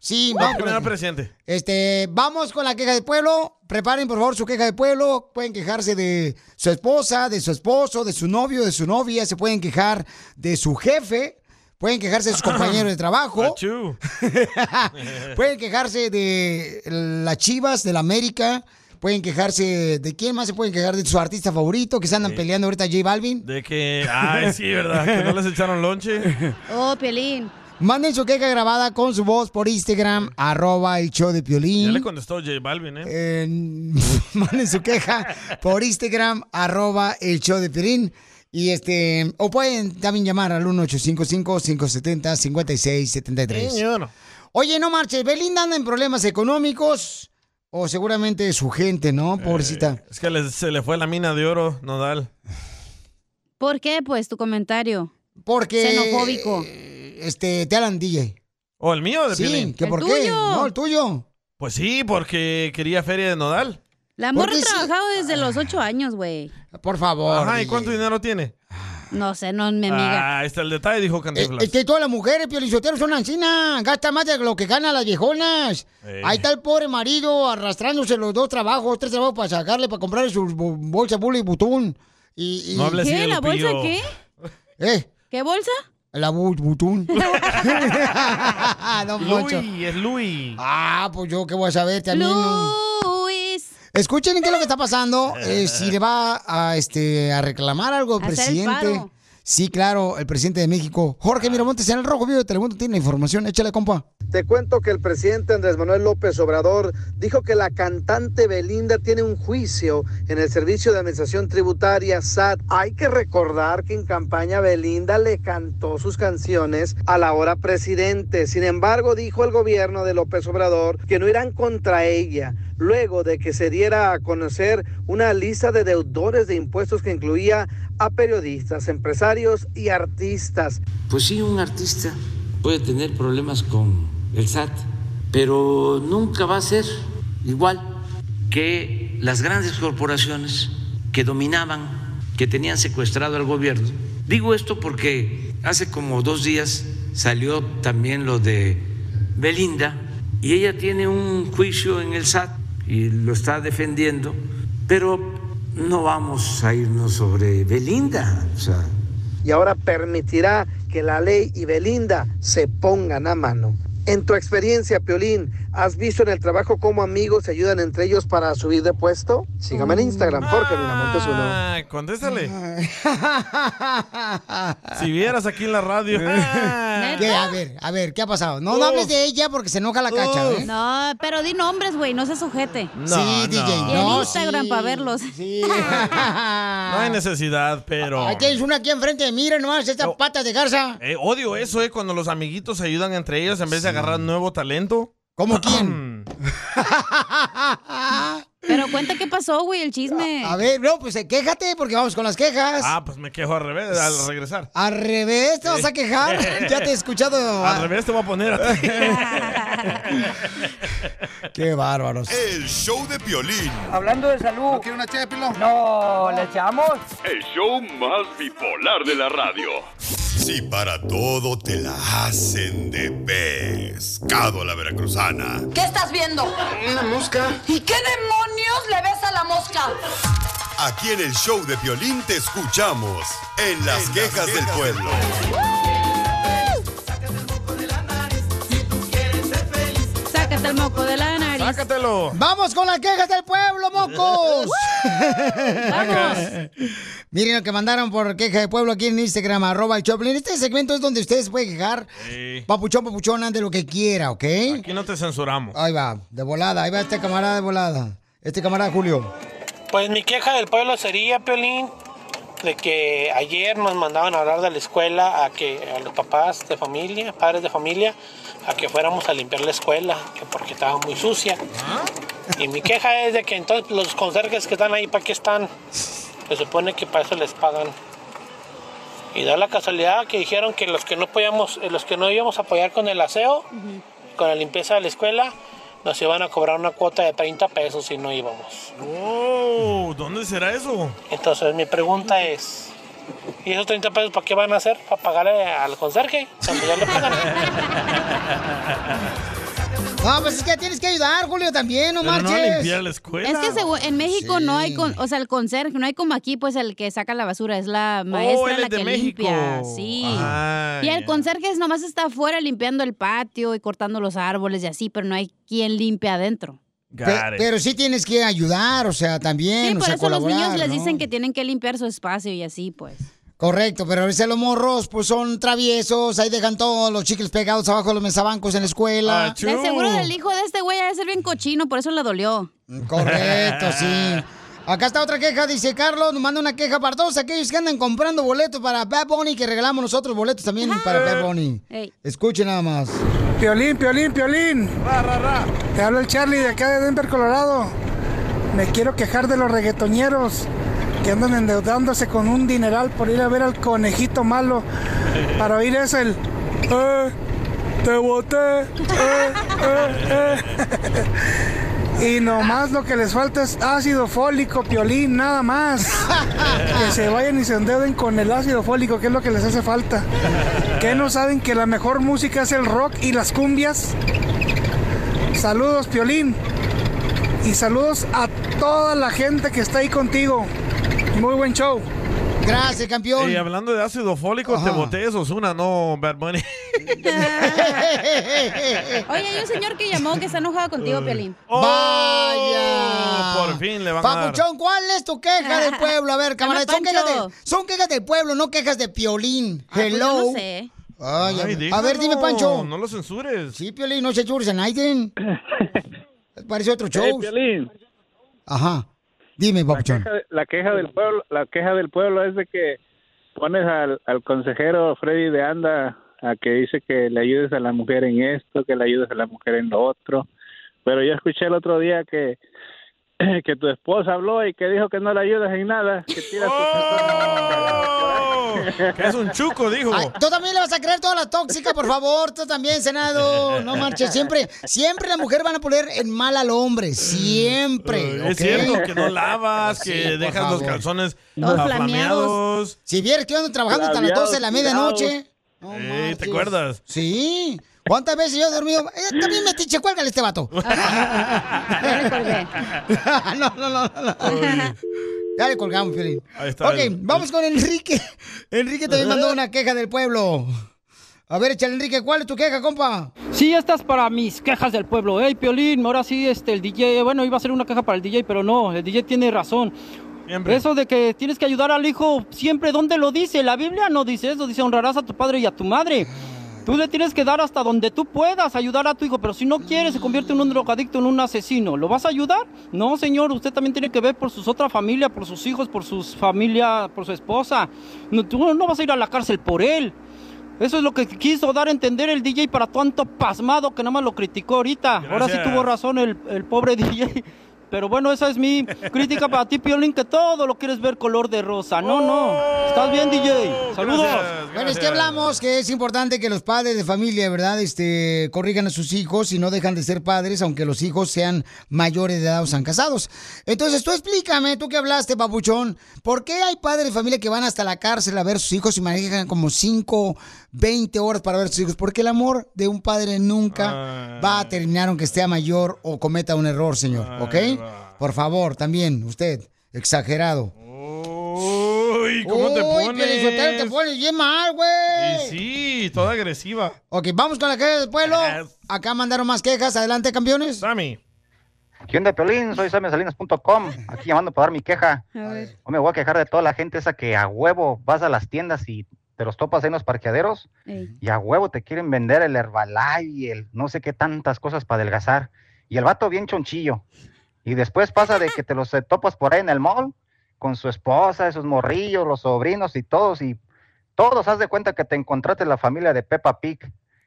Sí, vamos. con
Primero
las-
presidente.
Este, vamos con la queja del pueblo. Preparen, por favor, su queja del pueblo. Pueden quejarse de su esposa, de su esposo, de su novio, de su novia. Se pueden quejar de su jefe. Pueden quejarse de
(laughs)
sus compañeros de trabajo.
Achú.
(laughs) pueden quejarse de las chivas, de la América. Pueden quejarse de quién más se pueden quejar de su artista favorito que se andan peleando ahorita J Balvin.
De que. Ay, sí, ¿verdad? Que no les echaron lonche.
Oh, Piolín.
Manden su queja grabada con su voz por Instagram, arroba el show de Piolín.
Ya le contestó J Balvin, ¿eh?
Eh, (laughs) manden su queja por Instagram, arroba el show de Piolín. Y este, o pueden también llamar al 1855-570-5673.
Señor.
Oye, no marches, Belinda anda en problemas económicos o seguramente su gente, ¿no? Pobrecita.
Es que les- se le fue la mina de oro, Nodal.
¿Por qué, pues, tu comentario?
Porque-
Xenofóbico.
Este, te hablan DJ.
¿O Oh, el mío de
Sí,
Piolín?
¿que por qué? No, el tuyo.
Pues sí, porque quería feria de Nodal.
La
¿Por
morra ha trabajado desde los ocho años, güey.
Por favor.
Ajá, ¿y cuánto dinero tiene?
No sé, no es mi amiga.
Ah, ahí está el detalle,
Eh,
dijo Cantinflas.
Es que todas las mujeres, piolizoteros, son ancinas. Gasta más de lo que ganan las viejonas.
Eh.
Ahí está el pobre marido arrastrándose los dos trabajos, tres trabajos para sacarle, para comprarle sus bo- bolsa bula y butún. Y, y-
No hable así ¿Qué? de
¿La bolsa qué?
¿Eh?
¿Qué
(laughs)
bolsa?
La bu-
(laughs)
butún. (laughs) Don Poncho.
Luis, es Luis.
Ah, pues yo qué voy a saber también. no.
Luis.
Escuchen qué es lo que está pasando. eh, si le va a, este, a reclamar algo al
Hacer el
presidente.
paro.
Sí, claro, el presidente de México. Jorge Miramontes en el Rojo Vivo de Telemundo tiene la información. Échale, compa.
Te cuento que el presidente Andrés Manuel López Obrador dijo que la cantante Belinda tiene un juicio en el Servicio de Administración Tributaria SAT. Hay que recordar que en campaña Belinda le cantó sus canciones a la hora presidente. Sin embargo, dijo el gobierno de López Obrador que no irán contra ella luego de que se diera a conocer una lista de deudores de impuestos que incluía a periodistas, empresarios y artistas.
Pues sí, un artista puede tener problemas con el SAT, pero nunca va a ser igual que las grandes corporaciones que dominaban, que tenían secuestrado al gobierno. Digo esto porque hace como dos días salió también lo de Belinda y ella tiene un juicio en el SAT y lo está defendiendo, pero no vamos a irnos sobre Belinda.
(laughs)
O sea,
y ahora permitirá que la ley y Belinda se pongan a mano. En tu experiencia, Piolín, ¿Has visto en el trabajo cómo amigos se ayudan entre ellos para subir de puesto? Sígame en Instagram, porque Miramontes uno.
Ah, contéstale.
(laughs)
si vieras aquí en la radio.
(laughs)
Ah.
¿Qué? A ver, a ver, ¿qué ha pasado? No, no hables de ella porque se enoja la cacha, ¿eh?
No, pero di nombres, güey, no se sujete.
Sí, DJ,
Y en
no,
Instagram para verlos. Sí.
No hay necesidad, pero.
Ahí tienes una aquí enfrente, miren nomás, estas patas de garza.
Eh, odio eso, ¿eh? Cuando los amiguitos se ayudan entre ellos en vez de agarrar nuevo talento. Ah, mm.
¿Cómo quién?
(laughs) Pero cuenta qué pasó, güey, el chisme.
A ver, no, pues eh, quéjate porque vamos con las quejas.
Ah, pues me quejo al revés, al regresar.
Al revés, te vas a
(laughs)
quejar. ya te he escuchado.
Al revés te voy a poner a ti.
(laughs) Qué bárbaros.
El show de Piolín.
Hablando de salud. ¿No quiere una ché, Pilón? No, ¿le echamos?
El show más bipolar de la radio.
Si para todo te la hacen de pescado a la veracruzana.
¿Qué estás viendo? Una mosca. ¿Y qué demonios le ves a la mosca?
Aquí en el show de Piolín te escuchamos en las quejas del pueblo.
Sácate el moco de la nariz.
Sácatelo.
Vamos con las quejas del pueblo, mocos.
Vamos.
Miren lo que mandaron por queja de pueblo aquí en Instagram, arroba el Choplin. Este segmento es donde ustedes pueden quejar,
Sí.
papuchón, papuchona, de lo que quiera, ¿ok?
Aquí no te censuramos.
Ahí va, de volada, ahí va este camarada de volada. Este camarada Julio.
Pues mi queja del pueblo sería, Piolín, de que ayer nos mandaban a hablar de la escuela a que a los papás de familia, padres de familia, a que fuéramos a limpiar la escuela, que porque estaba muy sucia. Y mi queja es de que entonces los conserjes que están ahí, ¿para qué están? Se supone que para eso les pagan. Y da la casualidad que dijeron que los que no podíamos, eh, los que no íbamos a apoyar con el aseo, con la limpieza de la escuela, nos iban a cobrar una cuota de 30 pesos si no íbamos.
Oh, ¿dónde será eso?
Entonces mi pregunta es, ¿y esos 30 pesos para qué van a hacer? ¿Para pagarle al conserje? Cuando ya le pagan.
No, pues es que tienes que ayudar, Julio, también, no
Pero no a
marches.
limpiar la escuela.
Es que según- en México no hay, con, o sea, el conserje, no hay como aquí, pues el que saca la basura, es la maestra
oh, él
la
es de
que
México.
limpia. Sí.
Ah,
y el
ya.
conserje es nomás está afuera limpiando el patio y cortando los árboles y así, pero no hay quien limpia adentro.
Pe-
Got it.
pero sí tienes que ayudar, o sea, también,
Sí,
o
por
sea,
eso los
colaborar,
niños les
¿no?
dicen que tienen que limpiar su espacio y así, pues.
Correcto, pero a veces los morros pues son traviesos, ahí dejan todos los chicles pegados abajo de los mesabancos en la escuela.
Ah,
Ah, De seguro del hijo de este güey ha de ser bien cochino, por eso le dolió. (laughs)
Correcto,
(laughs)
sí. Acá está otra queja, dice Carlos, nos manda una queja para todos aquellos que andan comprando boletos para Bad Bunny, que regalamos nosotros boletos también para Bad Bunny. Escuche nada más.
Piolín, Piolín, Piolín. Te hablo el Charlie de acá de Denver, Colorado. Me quiero quejar de los reggaetoñeros que andan endeudándose con un dineral por ir a ver al conejito malo. Para oír es el... "Eh, te boté. eh, eh, (laughs) eh". Y nomás lo que les falta es ácido fólico, piolín, nada más. Que se vayan y se endeuden con el ácido fólico, que es lo que les hace falta. ¿Qué no saben que la mejor música es el rock y las cumbias? Saludos, Piolín. Y saludos a toda la gente que está ahí contigo. Muy buen show.
Gracias, campeón.
Y hablando de ácido fólico, te boté eso, una no, Bad Bunny.
Oye, hay un señor que llamó que está enojado contigo, Pelín.
Oh.
¡Vaya!
Por fin le van a dar.
Papuchón, ¿cuál es tu queja
(laughs)
del pueblo? A ver, camarada, son
Pancho.
quejas, de- son quejas del pueblo, no quejas de Piolín.
pues yo
Hello.
no sé.
Ay, a
Ay,
ver- a ver, dime,
déjalo,
Pancho.
No lo censures.
Sí, Piolín, no se chures en
(coughs)
Aiden. Parece otro
Hey,
show.
Piolín,
Ajá. Dime, Papuchón.
queja- la queja del pueblo, la queja del pueblo es de que pones al, al consejero Freddy de Anda a que dice que le ayudes a la mujer en esto, que le ayudes a la mujer en lo otro. Pero yo escuché el otro día que (clears throat) que tu esposa habló y que dijo que no le ayudas en nada, que tiras tu-
Oh, Que es un chuco, dijo.
Ay, Tú también le vas a creer toda la tóxica, por favor. Tú también, Senado.
(laughs)
No marches. Siempre, siempre la mujer van a poner en mal al hombre. Siempre. ¿ok?
Es cierto que no
(laughs)
lavas,
Sí,
que
por
dejas los
favor.
calzones
Todos
aflameados.
Si vieras que yo ando trabajando hasta las
Labiados,
12 de la medianoche.
(laughs) Ey, ¿Te acuerdas?
Sí. ¿Cuántas veces yo he dormido? Eh, también me tiche, cuélgale a este vato. (laughs)
(laughs)
no, no, no, no, no. Ya le colgamos, Felipe.
Ahí está
Ok,
el-
vamos con Enrique. Enrique también mandó una queja del pueblo. A ver, échale, Enrique, ¿cuál es tu queja, compa?
Sí, estas para mis quejas del pueblo. Ey, Piolín, ahora sí, este, el DJ, bueno, iba a ser una queja para el DJ, pero no, el DJ tiene razón. Eso de que tienes que ayudar al hijo siempre, ¿dónde lo dice? La Biblia no dice eso, dice honrarás a tu padre y a tu madre. Tú le tienes que dar hasta donde tú puedas ayudar a tu hijo, pero si no quieres, se convierte en un drogadicto, en un asesino. ¿Lo vas a ayudar? No, señor, usted también tiene que ver por sus otra familia, por sus hijos, por sus familia, por su esposa. No, tú no vas a ir a la cárcel por él. Eso es lo que quiso dar a entender el DJ para tanto pasmado que nada más lo criticó ahorita. Ahora sí
Gracias.
tuvo razón el, el pobre (laughs) DJ. Pero bueno, esa es mi crítica para ti, Piolín, que todo lo quieres ver color de rosa. No, no. Estás bien, DJ. Saludos.
Bueno, es que hablamos que es importante que los padres de familia, ¿verdad? Este, corrijan a sus hijos y no dejan de ser padres, aunque los hijos sean mayores de edad o sean casados. Entonces, tú explícame, tú que hablaste, papuchón, ¿por qué hay padres de familia que van hasta la cárcel a ver a sus hijos y manejan como 5, 20 horas para ver a sus hijos? Porque el amor de un padre nunca va a terminar aunque esté mayor o cometa un error, señor, ¿ok? Por favor, también, usted, exagerado.
Uy, ¿cómo te
Uy,
pones?
Pielinsotelo, te pones bien mal, güey.
Y sí, toda agresiva.
Ok, vamos con la queja del pueblo. Acá mandaron más quejas. Adelante, campeones.
Sammy.
¿Qué onda, Piolín? Soy samiasalinas.com, aquí llamando para dar mi queja.
A ver.
No me voy a quejar de toda la gente esa que a huevo vas a las tiendas y te los topas ahí en los parqueaderos y a huevo te quieren vender el Herbalife y el no sé qué tantas cosas para adelgazar. Y el vato bien chonchillo. Y después pasa de que te los eh, topas por ahí en el mall con su esposa, esos morrillos, los sobrinos y todos. Y todos haz de cuenta que te encontraste la familia de Peppa Pig.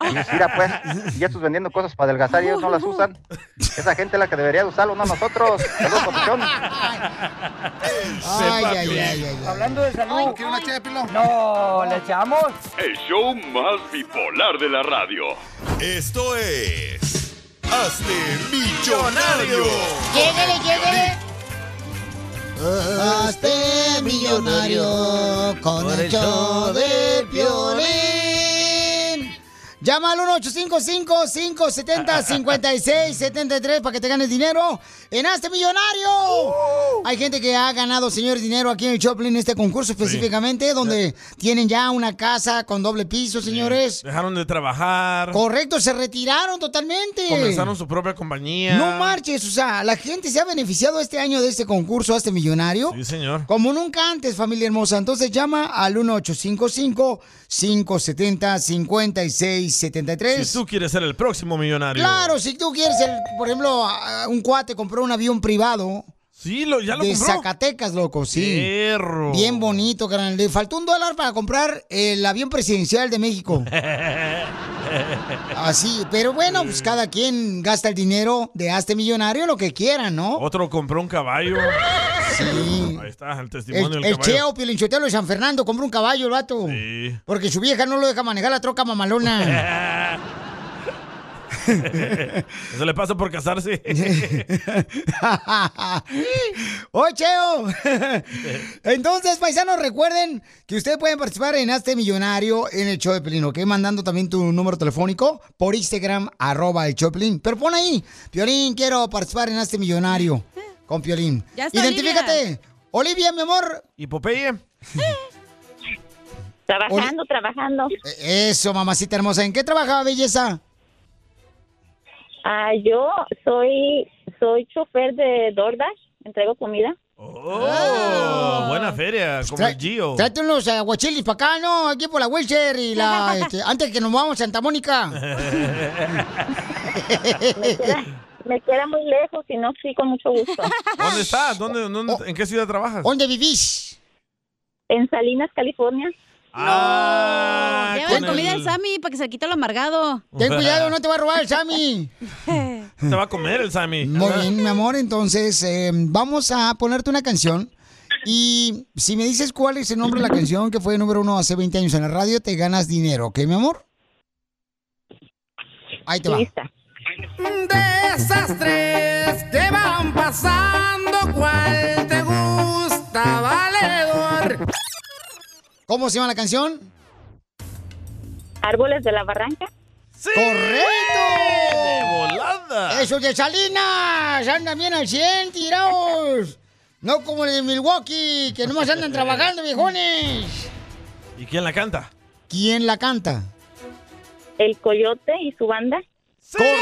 Y dices, mira pues, y estos vendiendo cosas para adelgazar y ellos no las usan. Esa gente es la que debería de usarlo, no nosotros.
(laughs)
Saludos, papuchón.
Ay, ay, ay, ay,
Hablando de salud. No, ¿le echamos?
El show más bipolar de la radio.
Esto es. Hazte Millonario.
Lléguele, lléguele. Hazte millonario con el show de violín. Llama al 1-855-570-5673 para que te ganes dinero en Hazte Millonario.
Uh.
Hay gente que ha ganado, señor, dinero aquí en el Choplin, este concurso específicamente, donde tienen ya una casa con doble piso, señores.
Dejaron de trabajar.
Correcto, se retiraron totalmente.
Comenzaron su propia compañía.
No marches, o sea, la gente se ha beneficiado este año de este concurso, a este millonario.
Sí, señor.
Como nunca antes, familia hermosa. Entonces llama al 1855-570-5673.
Si tú quieres ser el próximo millonario. (laughs)
Claro, si tú quieres, el- por ejemplo, a- a un cuate compró un avión privado.
Sí, lo, ya lo
De
compró.
Zacatecas, loco, sí.
Perro.
Bien bonito, carnal. Le faltó un dólar para comprar el avión presidencial de
(laughs)
México. Así, pero bueno, pues cada quien gasta el dinero de este millonario lo que quiera, ¿no?
Otro compró un caballo.
Sí.
Ahí está el testimonio
El,
del
el
caballo.
Cheo Pilinchotelo de San Fernando compró un caballo, el vato.
Sí.
Porque su vieja no lo deja manejar la troca
(laughs)
mamalona.
(laughs) Eso le pasa
(laughs)
por casarse.
¡Oye, ¡Oh, Cheo! Entonces, paisanos, recuerden que ustedes pueden participar en Hazte Millonario en el show de Pelín, ¿ok? Mandando también tu número telefónico por Instagram, arroba el show de Piolín. Pero pon ahí, Piolín, quiero participar en Hazte Millonario con Piolín.
Ya está,
Identifícate. Olivia, mi amor.
¿Y Popeye?
Trabajando,
trabajando.
Eso, mamacita hermosa. ¿En qué trabajaba, belleza?
Ah, yo soy soy chofer de DoorDash, entrego comida.
Oh, buena feria, como el Gio.
Tráete unos aguachilis para acá, ¿no? Aquí por la Wilshire
(laughs)
y la... este, antes que nos vamos a Santa Mónica.
Me queda, me queda muy lejos, si no, sí, con mucho gusto.
(laughs) ¿Dónde estás? ¿Dónde, dónde-
Oh.
¿En qué ciudad trabajas?
¿Dónde vivís?
En Salinas, California.
Ah,
Lleva
con
comida
el-
al Sammy para que se le quite lo amargado.
Ten cuidado, no
te va a robar
(laughs)
el Sammy.
Te va a comer el Sammy. Ah,
Muy bien, mi amor. Entonces, eh, vamos a ponerte una canción. Y si me dices cuál es el nombre de la canción que fue número uno hace 20 años en la radio, te ganas dinero, ¿ok, mi amor? Ahí te va.
De esas tres que van pasando, ¿cuál te gusta, valedor?
¿Cómo se llama la canción?
Árboles de la Barranca.
¡Correcto!
¡De volada!
¡Eso de Salinas! ¡Andan bien al 100, tirados! No como el de Milwaukee, que nomás andan trabajando, viejones.
¿Y quién la canta? (laughs)
¿Quién la canta?
el Coyote y su banda.
¡Correcto!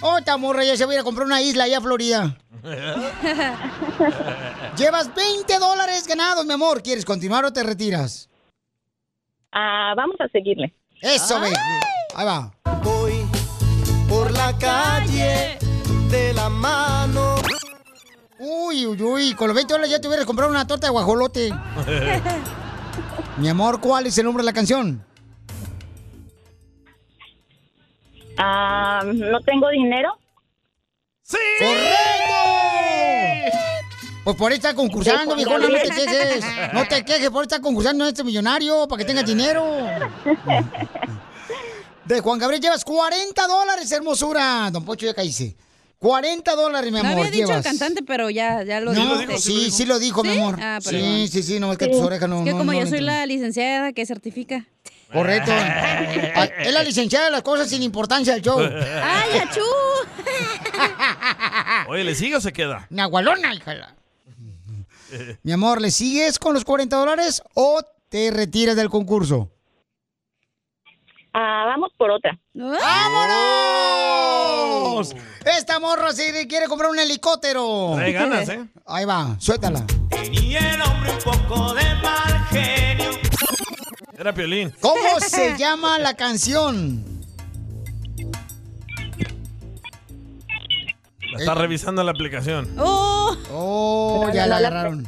Oh, esta morra ya se va a ir a comprar una isla allá
(laughs)
a Florida. Llevas 20 dólares ganados, mi amor. ¿Quieres continuar o te retiras?
Ah, vamos a seguirle.
Eso, ve. Ahí va.
Voy por la calle de la mano.
Uy, uy, uy. Con los 20 dólares ya te hubieras comprado una torta de guajolote. (laughs) mi amor, ¿cuál es el nombre de la canción?
Ah, no tengo dinero.
¡Sí! ¡Correcto! Pues por ahí está concursando,
Sí,
viejo, no te
también.
quejes. No te quejes, por ahí está concursando este millonario para que tenga dinero. De Juan Gabriel llevas 40 dólares, hermosura. Don Pocho ya caíste. 40 dólares, mi
no
amor.
había dicho el
llevas.
cantante, pero ya, ya lo
No, eh, pues
dijiste.
sí, sí lo dijo, mi amor.
Ah, perdón.
sí, sí, sí, no, es que tus orejas no.
Es que
no-
como
no
yo
le
soy la licenciada que certifica.
entienden.
(laughs)
Correcto. Ah, es la licenciada de las cosas sin importancia del show.
¡Ay, achú!
Oye, ¿le sigue o se queda?
Nahualona, hija. Mi amor, ¿le sigues con los 40 dólares o te retiras del concurso?
Ah, vamos por otra.
¡Oh!
¡Vámonos! Esta morra sí quiere comprar un helicóptero.
Trae ganas, ¿eh?
Ahí va, suéltala.
Y el hombre un poco de mal genio.
Era Piolín.
(laughs)
(laughs)
¿Cómo se llama la canción?
La
Eh.
está revisando la aplicación.
¡Oh!
¡Oh! ya la agarraron.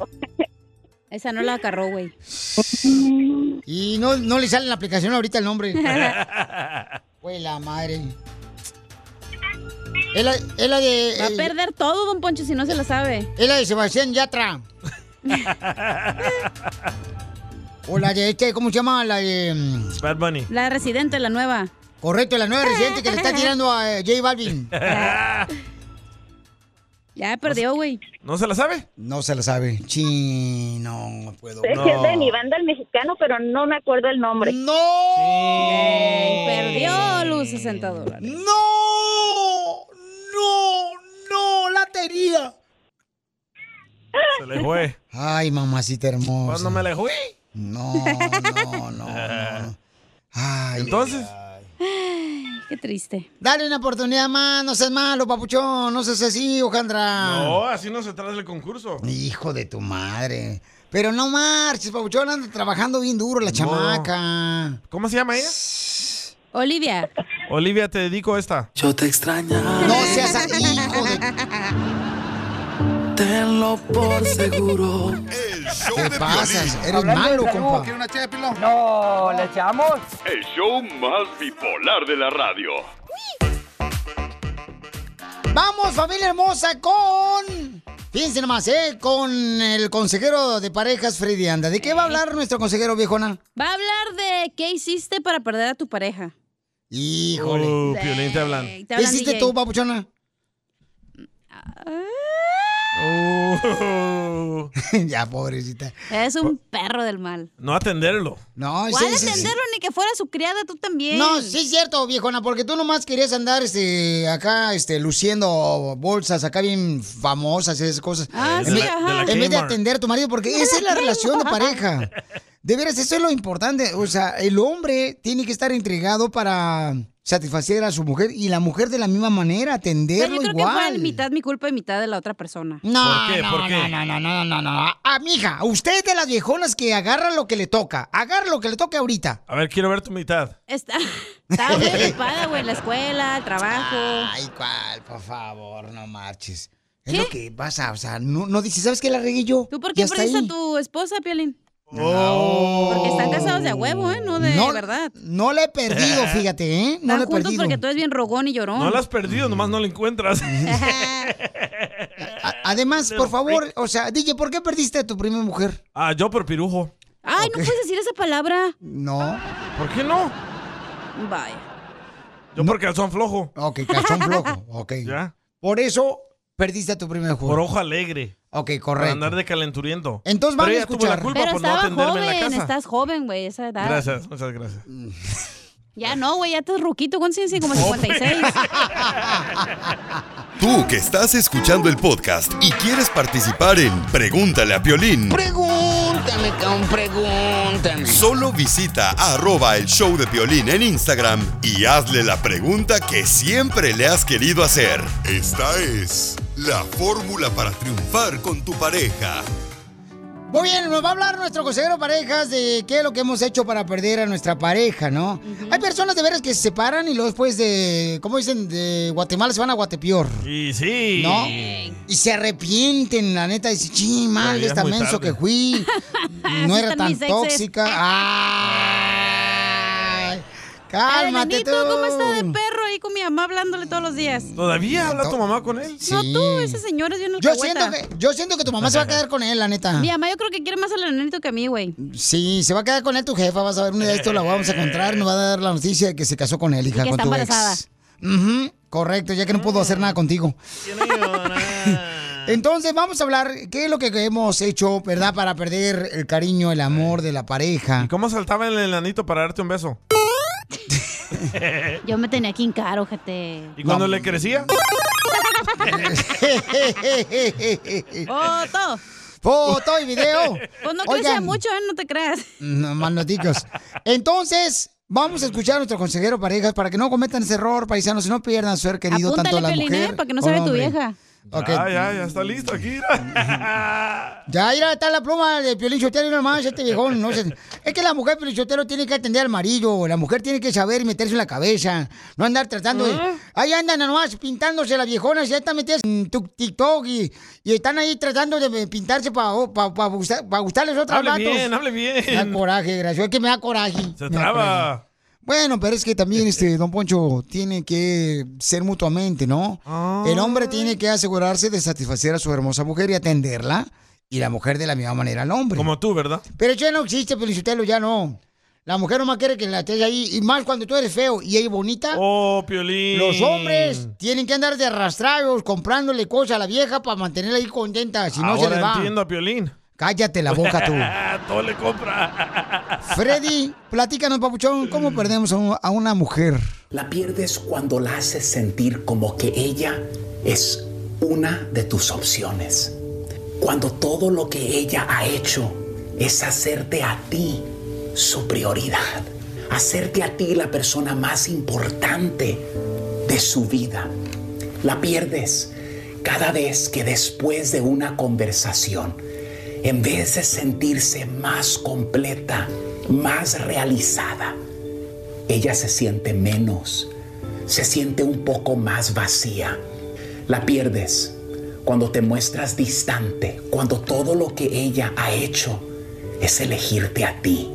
Esa no la agarró, güey.
Y no, no le sale en la aplicación ahorita
(laughs)
el nombre. Güey, la madre. Es la, es la de.
Va a perder todo, don Poncho, si no se la sabe.
Es la de Sebastián Yatra. O la de este, ¿cómo se llama? La de. mm,
Bad Bunny.
La residente, la nueva.
Correcto, la nueva residente que le está tirando a eh, J Balvin.
Ya perdió, güey.
(laughs) ¿No se la sabe?
No se la sabe. Chi, no, no puedo.
Es que es de mi banda el mexicano, pero no me acuerdo el nombre.
¡No!
Perdió luz 60 dólares.
¡No! ¡No! ¡No! ¡La tenía!
Se le fue.
Ay, mamacita hermosa.
¿Cuándo me la fui?
No,
(laughs)
no, no. no. Ay,
Entonces.
Qué triste.
Dale una oportunidad más, no seas malo, papuchón, no seas así, Ojandra.
No, así no se trata el concurso.
Hijo de tu madre. Pero no marches, papuchón, anda trabajando bien duro la chamaca.
¿Cómo se llama ella?
Olivia.
Olivia, te dedico esta.
Yo te extraño.
No seas así, hijo de...
Tenlo por seguro.
¿Qué pasas? Eres
Hablando de
malo,
salud,
compa.
¿quiere
una No, ¿le echamos?
El show más bipolar de la radio.
Vamos, familia hermosa, con... Fíjense nomás, ¿eh? Con el consejero de parejas, Freddy Anda. ¿De qué va a hablar nuestro consejero, viejona?
Va a hablar de qué hiciste para perder a tu pareja.
Híjole.
Uh, Piolín, te hablan.
Ey, te
¿Qué
hablan,
hiciste
DJ.
tú, papuchona?
Oh.
(laughs) ya, pobrecita.
Es un perro del mal.
No atenderlo.
No,
¿Cuál atenderlo ni que fuera su criada tú también?
No, sí es cierto, viejona, porque tú nomás querías andar este, acá este, luciendo bolsas acá bien famosas, esas cosas.
Ah,
en
sí,
vez,
ajá. De la
en vez de
Kmart.
atender a tu marido, porque esa es la relación de pareja. De veras, eso es lo importante. O sea, el hombre tiene que estar entregado para satisfacer a su mujer y la mujer de la misma manera,
Pero
atenderlo
Pues yo creo que fue
igual.
mitad mi culpa y mitad de la otra persona.
No, no, no, no, no, no, no, no. Ah, mija, usted es de las viejonas que agarra lo que le toca. Agarra lo que le toque ahorita.
A ver, quiero ver tu mitad.
Está, estaba muy ocupada, güey, en la escuela, el trabajo.
Ay, cuál, por favor, no marches. Es lo que pasa, o sea, no, no dices, ¿sabes qué la regué yo?
¿Tú por qué perdiste a tu esposa, Piolín?
Oh.
Porque están casados de a huevo, ¿eh? No de verdad.
No le he
(laughs)
perdido, fíjate, ¿eh? No
Están
le he
juntos
perdido.
porque tú eres bien rogón y llorón.
No la has perdido, nomás no
(laughs)
la encuentras. (laughs)
A- Además, por favor, o sea, DJ, ¿por qué perdiste a tu primera mujer?
ah, yo por pirujo.
Ay, no puedes decir esa palabra.
No.
¿Por qué no?
Vaya.
Yo por calzón flojo.
Ok, calzón flojo.
(laughs)
Ok. Por eso perdiste a tu primera mujer.
Por ojo alegre.
Ok,
Por
correcto.
andar de calenturriento.
Entonces van
Pero
a
ella tuvo la
escuchar.
culpa
Pero
por no
estaba
atenderme en la
joven,
casa.
estás joven, güey, esa edad.
Gracias, muchas gracias.
Ya no, güey, ya estás ruquito. ¿Cuántos tienes? Como 56.
Tú que estás escuchando el podcast y quieres participar en Pregúntale a Piolín,
Pregunta.
pregúntame, cabrón, pregúntame.
Solo visita arroba el show de violín en Instagram y hazle la pregunta que siempre le has querido hacer. Esta es la fórmula para triunfar con tu pareja.
Muy bien, nos va a hablar nuestro consejero parejas de qué es lo que hemos hecho para perder a nuestra pareja, ¿no? Hay personas de veras que se separan y luego después de, ¿cómo dicen? De Guatemala se van a Guatepeor,
Y sí.
¿no? Y se arrepienten, la neta, dicen, ching, mal,
Pero ya
está
es muy
menso
tarde".
que
(laughs)
fui, no
Así
era
están
tan
mis eh. exes.
(laughs) tóxica. ¡Ay! Cálmate tú.
Enanito, ¿Cómo está de perro ahí con mi mamá hablándole todos los días?
¿Todavía habla tu mamá con él?
No tú, ese señor es bien
Yo
alcahueta.
siento, que, yo siento que tu mamá se va a quedar con él, la neta.
Mi mamá yo creo que quiere más al enanito que a mí, güey.
Sí, se va a quedar con él tu jefa, vas a ver, un día esto la vamos a encontrar, nos va a dar la noticia de que se casó con él, hija,
que
con
está
tu
embarazada.
ex. Ujú, correcto, ya que no puedo hacer nada contigo. (laughs) Entonces vamos a hablar qué es lo que hemos hecho, ¿verdad? Para perder el cariño, el amor de la pareja.
¿Cómo saltaba el enanito para darte
(laughs)
un beso?
Yo me tenía que hincar, ojete.
¿Y cuando le crecía?
(laughs) ¡Foto!
Foto y video.
Pues no
Oigan.
crecía mucho, ¿eh? No te creas.
No, más noticos. Entonces, vamos a escuchar a nuestro consejero parejas para que no cometan ese error, paisanos, y no pierdan su ser querido tanto la
Piolín, ¿eh?
mujer.
para que no
como
sabe tu
hombre.
vieja.
Ok.
Ya, ya, ya está listo aquí. mira.
Ya, mira, está la pluma de Piolín Sotelo y nomás este viejón. No sé. Es que la mujer Piolín Sotelo tiene que atender al marido. La mujer tiene que saber meterse en la cabeza. No andar tratando de...
Ah.
¿Eh?
Ahí andan nomás pintándose las viejonas. Ya están metidas en tu TikTok y, y están ahí tratando de pintarse oh, para gustarles a otros
Hable
vatos.
bien, hable bien.
Me da coraje, gracias. Es que me da coraje.
Se
Me da coraje.
traba.
Bueno, pero es que también este Don Poncho tiene que ser mutuamente, ¿no? El hombre tiene que asegurarse de satisfacer a su hermosa mujer y atenderla, y la mujer de la misma manera al hombre.
Como tú, ¿verdad?
Pero ya no existe, Felicitelo, ya no. La mujer nomás quiere que la estés ahí, y más cuando tú eres feo y ella bonita.
Oh, Piolín.
Los hombres tienen que andar de arrastrados comprándole cosas a la vieja para mantenerla ahí contenta, si no
Ahora
se les va.
entiendo a Piolín.
Cállate la boca tú.
(laughs) Todo le compra.
Freddy, platícanos, papuchón, ¿cómo perdemos a un- a una mujer?
La pierdes cuando la haces sentir como que ella es una de tus opciones. Cuando todo lo que ella ha hecho es hacerte a ti su prioridad. Hacerte a ti la persona más importante de su vida. La pierdes cada vez que después de una conversación, en vez de sentirse más completa, más realizada, ella se siente menos, se siente un poco más vacía. La pierdes cuando te muestras distante, cuando todo lo que ella ha hecho es elegirte a ti.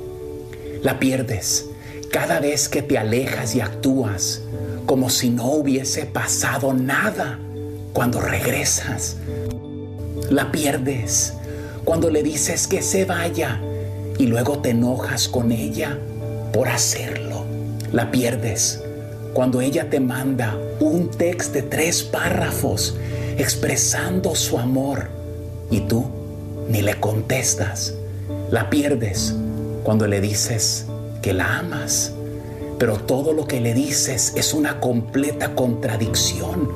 La pierdes cada vez que te alejas y actúas como si no hubiese pasado nada cuando regresas. La pierdes cuando le dices que se vaya y luego te enojas con ella por hacerlo. La pierdes cuando ella te manda un text de tres párrafos expresando su amor y tú ni le contestas. La pierdes cuando le dices que la amas, pero todo lo que le dices es una completa contradicción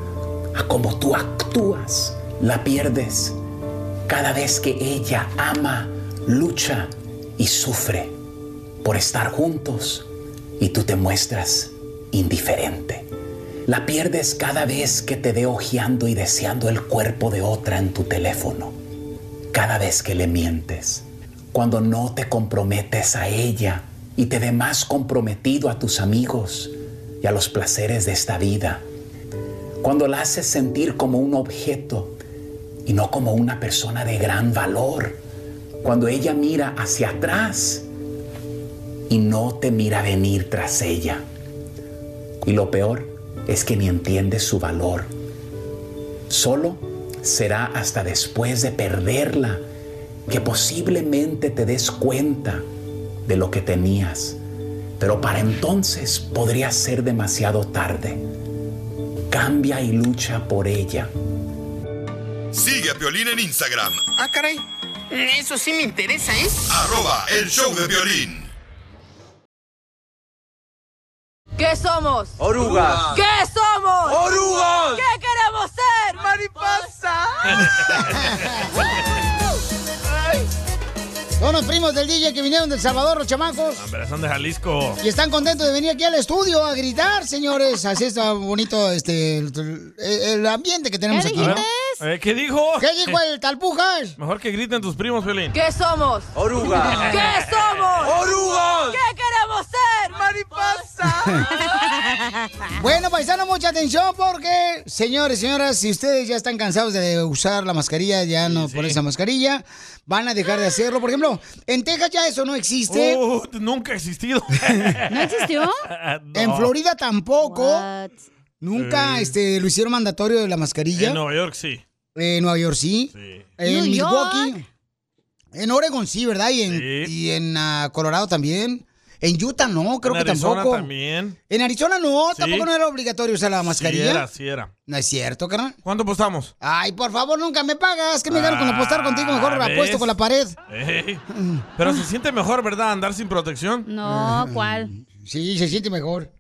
a cómo tú actúas. La pierdes cada vez que ella ama, lucha y sufre por estar juntos y tú te muestras indiferente. La pierdes cada vez que te ve ojeando y deseando el cuerpo de otra en tu teléfono. Cada vez que le mientes. Cuando no te comprometes a ella y te ve más comprometido a tus amigos y a los placeres de esta vida. Cuando la haces sentir como un objeto y no como una persona de gran valor. Cuando ella mira hacia atrás y no te mira venir tras ella. Y lo peor es que ni entiende su valor. Solo será hasta después de perderla que posiblemente te des cuenta de lo que tenías. Pero para entonces podría ser demasiado tarde. Cambia y lucha por ella.
Sigue a Violín en Instagram,
Ah, caray. Eso sí me interesa, ¿eh?
arroba el show de violín.
¿Qué somos?
Orugas.
¿Qué somos?
Orugas.
¿Qué queremos ser? Mariposa.
Son los primos del DJ que vinieron de El Salvador, los chamacos.
Hombre, son de Jalisco.
Y están contentos de venir aquí al estudio a gritar, señores. Así está bonito este el, el ambiente que tenemos aquí. ¿no?
A ver, ¿Qué dijo?
¿Qué dijo el talpujas?
(laughs) Mejor que griten tus primos, Piolín.
¿Qué somos?
(laughs)
Oruga.
¿Qué somos?
Orugas.
¿Qué queremos ser? (laughs) Mariposa.
Bueno, paisano,
(laughs)
mucha atención porque, señores, señoras, si ustedes ya están cansados de usar la mascarilla, ya no ponen esa mascarilla, van a dejar de hacerlo. Por ejemplo, en Texas ya eso no existe.
Uh, nunca
(laughs)
ha existido.
¿No existió?
No.
(laughs) En Florida tampoco. Nunca este, lo hicieron mandatorio de la mascarilla.
En Nueva York sí.
En Nueva York sí. En
New
Milwaukee. En Oregon sí, ¿verdad? Y en, y en, ah, Colorado también. En Utah no, creo
en
que
Arizona
tampoco.
también.
En Arizona no,
Sí.
tampoco no era obligatorio usar la mascarilla.
Sí era, sí era.
No es cierto, carnal.
¿Cuánto apostamos?
Ay, por favor, nunca me pagas. Que me gano con apostar contigo. Mejor
Ah,
apuesto
¿ves?
con la pared. (laughs)
Ey. Pero se siente mejor, ¿verdad? Andar sin protección.
No,
(laughs)
¿cuál?
Ah, Sí, se siente mejor.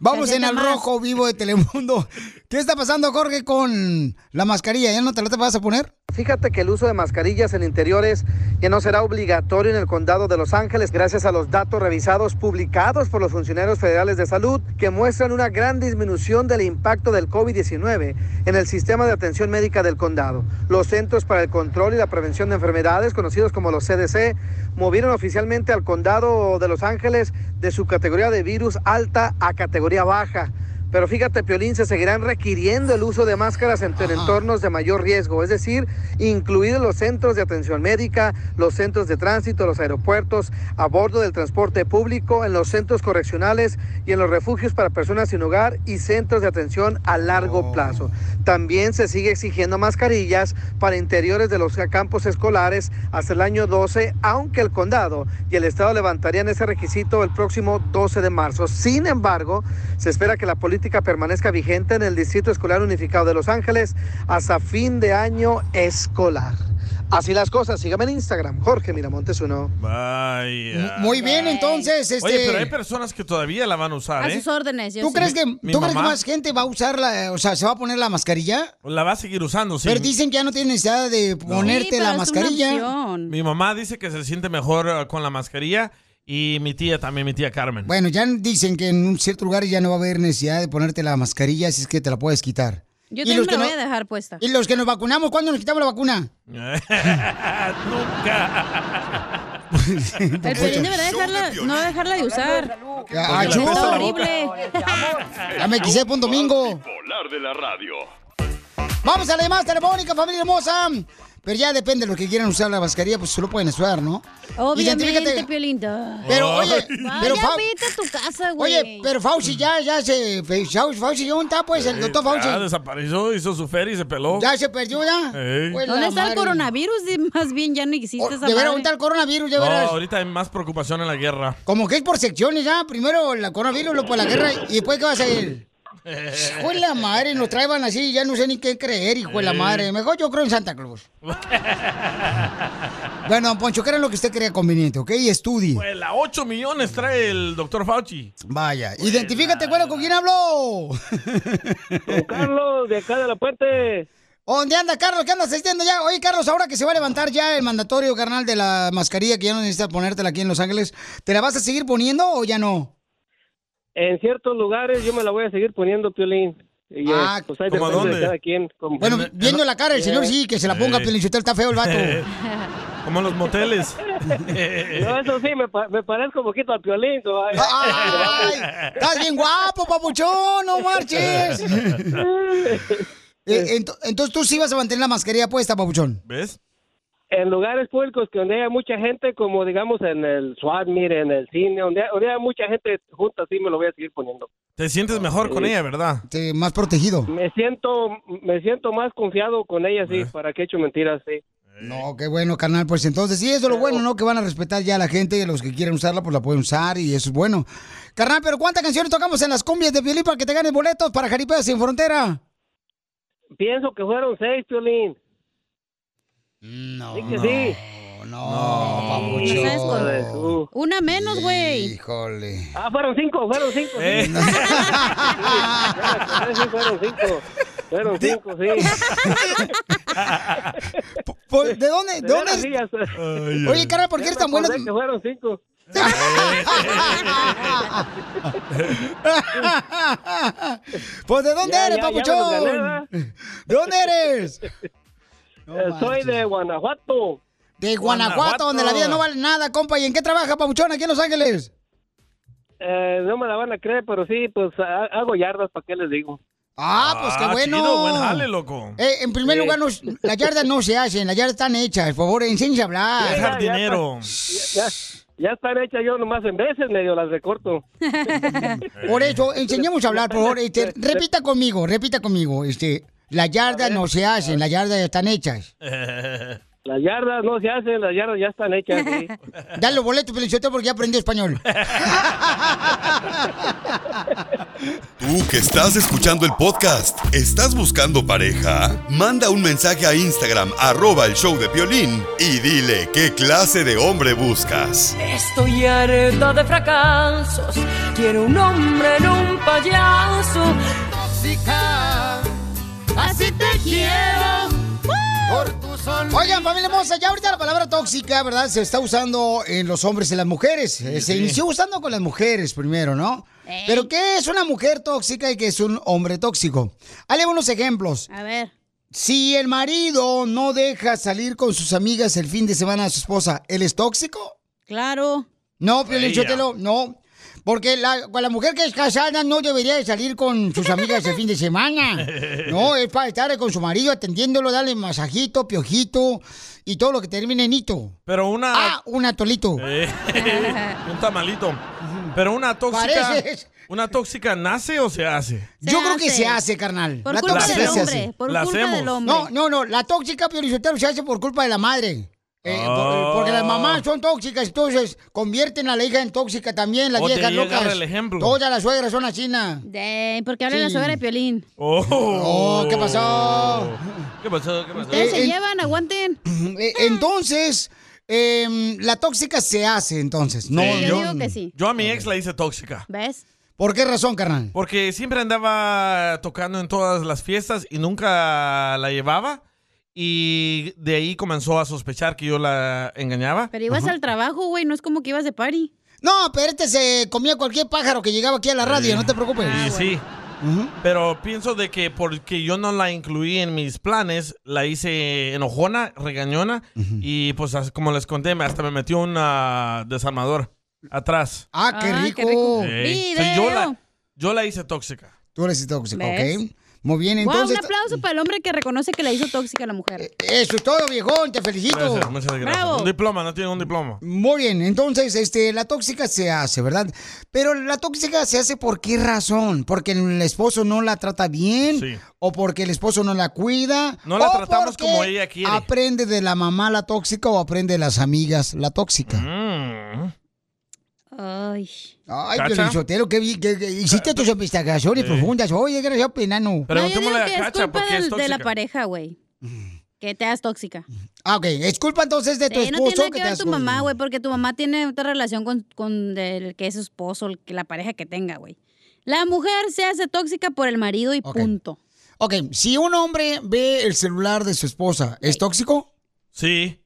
Vamos en
siente
el
más.
rojo vivo de Telemundo. ¿Qué está pasando, Jorge, con la mascarilla? ¿Ya no te la te vas a poner?
Fíjate que el uso de mascarillas en interiores ya no será obligatorio en el condado de Los Ángeles gracias a los datos revisados publicados por los funcionarios federales de salud que muestran una gran disminución del impacto del COVID-19 en el sistema de atención médica del condado. Los Centros para el Control y la Prevención de Enfermedades, conocidos como los CDC, movieron oficialmente al condado de Los Ángeles de su categoría de virus alta a categoría baja. Pero fíjate, Piolín, se seguirán requiriendo el uso de máscaras en entornos de mayor riesgo, es decir, incluidos los centros de atención médica, los centros de tránsito, los aeropuertos, a bordo del transporte público, en los centros correccionales y en los refugios para personas sin hogar y centros de atención a largo plazo. También se sigue exigiendo mascarillas para interiores de los campos escolares hasta el año 12, aunque el condado y el estado levantarían ese requisito el próximo 12 de marzo. Sin embargo, se espera que la política permanezca vigente en el Distrito Escolar Unificado de Los Ángeles hasta fin de año escolar. Así las cosas, sígame en Instagram, Jorge Miramontes uno.
Vaya.
Muy bien, entonces, este...
Oye, pero hay personas que todavía la van a usar,
A
¿eh?
sus órdenes. yo
¿Tú,
sí.
crees que,
Mi
¿tú crees que
mamá.
más gente va a usar la, o sea, se va a poner la mascarilla?
La va a seguir usando, sí.
Pero dicen que ya no tienen necesidad de ponerte la mascarilla.
Mi mamá dice que se siente mejor eh, con la mascarilla y mi tía también, mi tía Carmen.
Bueno, ya dicen que en un cierto lugar ya no va a haber necesidad de ponerte la mascarilla, si es que te la puedes quitar.
Yo
¿Y
también
los
me
que
la voy
no-
a dejar puesta.
¿Y los que nos vacunamos? ¿Cuándo nos quitamos la vacuna?
Nunca.
El pelín debería dejarla, no dejarla de usar.
Ah,
Está
achú.
horrible.
Ya me quise, punto domingo.
Hablar de la radio.
Vamos a la llamada telefónica, familia hermosa. Pero ya depende de los que quieran usar la mascarilla, pues se lo pueden usar, ¿no?
Obviamente,
Identifícate.
Piolita.
Pero, oye, pero
ya
Fau-
vete a tu casa, güey.
Oye, pero Fauci ya, ya se... Fe- Fauci, Fauci, ¿dónde está, pues, el doctor Fauci?
Ya desapareció, hizo su feria y se peló.
Ya se perdió, ¿ya?
Ey.
Pues,
¿Dónde
la
está el
madre. Oh,
coronavirus? (laughs) Di- Más bien, ya no existe esa
De veras,
madre.
¿dónde está el coronavirus? De
No,
veras.
ahorita hay más preocupación en la guerra.
Como que es por secciones ya. Primero el coronavirus, luego la guerra y después ¿qué va a salir? Hijo de la madre, nos traían así, ya no sé ni qué creer, hijo de la
Sí.
madre. Mejor yo creo en Santa Claus. Bueno, don Poncho, que era lo que usted crea conveniente, ¿ok? Y estudie.
Pues la 8 millones trae el doctor Fauci.
Vaya, identifícate, güero, ¿con quién hablo?
Carlos, de acá de la puente.
¿Dónde anda, Carlos? ¿Qué andas haciendo ya? Oye, Carlos, ahora que se va a levantar ya el mandatorio, carnal, de la mascarilla, que ya no necesitas ponértela aquí en Los Ángeles, ¿te la vas a seguir poniendo o ya no?
En ciertos lugares yo me la voy a seguir poniendo, Piolín. Y, eh,
Ah,
pues ahí
¿cómo
depende
dónde?
de cada quien. como-
Bueno, viendo la cara del
Eh,
señor, sí, que se la ponga,
eh.
Piolín Sotelo, está feo el vato.
(laughs) Como los moteles.
(laughs) No, eso sí, me, pa- me parezco un poquito al Piolín. ¿no? Ay,
Estás bien guapo, papuchón, no (laughs) marches. Eh, ento- entonces tú sí vas a mantener la mascarilla puesta, papuchón.
¿Ves?
En lugares públicos que donde haya mucha gente, como digamos en el SWAT, mire, en el cine, donde, donde haya mucha gente junta, sí me lo voy a seguir poniendo.
Te sientes mejor con ella, ¿verdad?
Sí, más protegido.
Me siento, me siento más confiado con ella, sí, para que he hecho mentiras, sí.
No, qué bueno, carnal. Pues entonces, sí, eso es lo bueno, ¿no? Que van a respetar ya a la gente, los que quieren usarla, pues la pueden usar y eso es bueno. Carnal, pero ¿cuántas canciones tocamos en las cumbias de Piolín para que te ganes boletos para Jaripeo Sin Frontera?
Pienso que fueron seis, Piolín.
No.
Sí que sí.
No,
No sabes con- Una menos, güey.
Híjole.
Ah, fueron cinco, fueron cinco.
Eh.
sí. Sí, sí, fueron cinco. Fueron cinco, sí.
Por- ¿De dónde? ¿De
De
dónde?
veras,
es-
sí, hasta-
Oye, cara, ¿por qué
Ya
eres
me
tan bueno?
acordé que fueron cinco.
(laughs) pues, ¿de dónde
Ya,
eres,
ya, ya me los gané, ¿verdad?
papuchón? ¿De dónde
(laughs)
eres?
Eh, soy de Guanajuato.
De Guanajuato, donde la vida no vale nada, compa. ¿Y en qué trabaja, papuchón, aquí en Los Ángeles?
Eh, no me la van a creer, pero sí, pues ha- hago yardas, ¿para qué les digo?
Ah, pues qué bueno.
chido, buen jale, loco.
Eh, en primer
Sí.
lugar, no- las yardas no se hacen, las yardas están hechas. Por favor, enséñense a hablar.
Ya, ya está- Ya, ya, ya están hechas yo nomás en veces, medio las recorto.
(laughs) Por eso, (laughs) enseñemos a hablar, por favor. Este, repita conmigo, repita conmigo. Este, las yardas no se hacen, las yardas ya están hechas.
(laughs) Las yardas no se hacen, las yardas ya están hechas.
(laughs)
sí.
Dale los boletos, Feliciote, porque ya aprendí español.
Tú que estás escuchando el podcast, ¿estás buscando pareja? Manda un mensaje a Instagram, arroba el show de Piolín, y dile qué clase de hombre buscas.
Estoy harta de fracasos. Quiero un hombre en un payaso. Tóxica, así te
Oigan, familia hermosa, ya ahorita la palabra tóxica, ¿verdad? Se está usando en los hombres y en las mujeres. Eh, Se
sí.
inició usando con las mujeres primero, ¿no?
Ey.
Pero ¿qué es una mujer tóxica y qué es un hombre tóxico? Hale unos ejemplos.
A ver.
Si el marido no deja salir con sus amigas el fin de semana a su esposa, ¿él es tóxico?
Claro.
No, Piolín
Ella.
Sotelo, no. Porque la, con la mujer que es casada no debería de salir con sus amigas el fin de semana. (laughs) No, es para estar con su marido atendiéndolo, darle masajito, piojito y todo lo que termine en hito.
Pero una... Eh.
Ah, un atolito. (laughs)
un tamalito. Pero una tóxica...
Pareces.
¿Una tóxica nace o se hace?
Yo creo que se hace, carnal.
Por culpa
tóxica
del
se
hombre,
hace.
por La culpa hacemos. del hombre.
No, no, no. La tóxica, Piorizotero, se hace por culpa de la madre. Eh, por-
Oh.
Porque las mamás son tóxicas, entonces convierten a la hija en tóxica también, las
O te
viejas
llega
locas.
el ejemplo.
Todas las suegras son chinas.
De, porque habla la
Sí.
suegra de Piolín.
Oh.
Oh, ¿qué pasó? Eh,
¿Qué pasó? ¿Qué pasó?
Ustedes se
en-
llevan, aguanten.
(clears throat) Eh, Entonces, em, la tóxica se hace, entonces. No,
Sí,
no.
Yo a mi ex la hice tóxica.
¿Ves?
¿Por qué razón, carnal?
Porque siempre andaba tocando en todas las fiestas y nunca la llevaba. Y de ahí comenzó a sospechar que yo la engañaba.
Pero ibas al trabajo, güey, no es como que ibas de party.
No, pero este se comía cualquier pájaro que llegaba aquí a la radio, no te preocupes.
Ah,
Y sí. Pero pienso de que porque yo no la incluí en mis planes, la hice enojona, regañona. Y pues as- como les conté, me- hasta me metió un ah, desarmador atrás.
Ah, qué Ah, qué rico. rico.
Sí. So, yo, la,
Video.
yo la hice tóxica.
Tú eres tóxica,
¿Ves?
¿ok? Muy bien,
Guau,
entonces.
un aplauso para el hombre que reconoce que la hizo tóxica a la mujer.
Eh,
Eso es todo, viejón, te felicito.
Gracias, muchas gracias.
Bravo.
Un diploma, no tiene un diploma.
Muy bien, entonces, este, la tóxica se hace, ¿verdad? Pero la tóxica se hace por qué razón? ¿Porque el esposo no la trata bien? ¿O porque el esposo no la cuida?
No la
¿O
tratamos
porque
como ella quiere?
¿Aprende de la mamá la tóxica o aprende de las amigas la tóxica?
Mm.
Ay.
(laughs) Ay, Piolichotero, ¿qué, vi- qué- qué- hiciste tus investigaciones
Sí.
profundas. Oye, gracias, Penano.
No, yo digo que es culpa del- de la pareja, güey.
Mm.
Que te hagas tóxica.
Ah, ok. Es culpa entonces de tu
Sí,
esposo
Eh, no tiene nada
que
que
te
ver
hace
tu mamá, güey, porque tu mamá tiene otra relación con, con el que es su esposo, el que- la pareja que tenga, güey. La mujer se hace tóxica por el marido y punto.
Ok, si un hombre ve el celular de su esposa, ¿es tóxico?
Sí.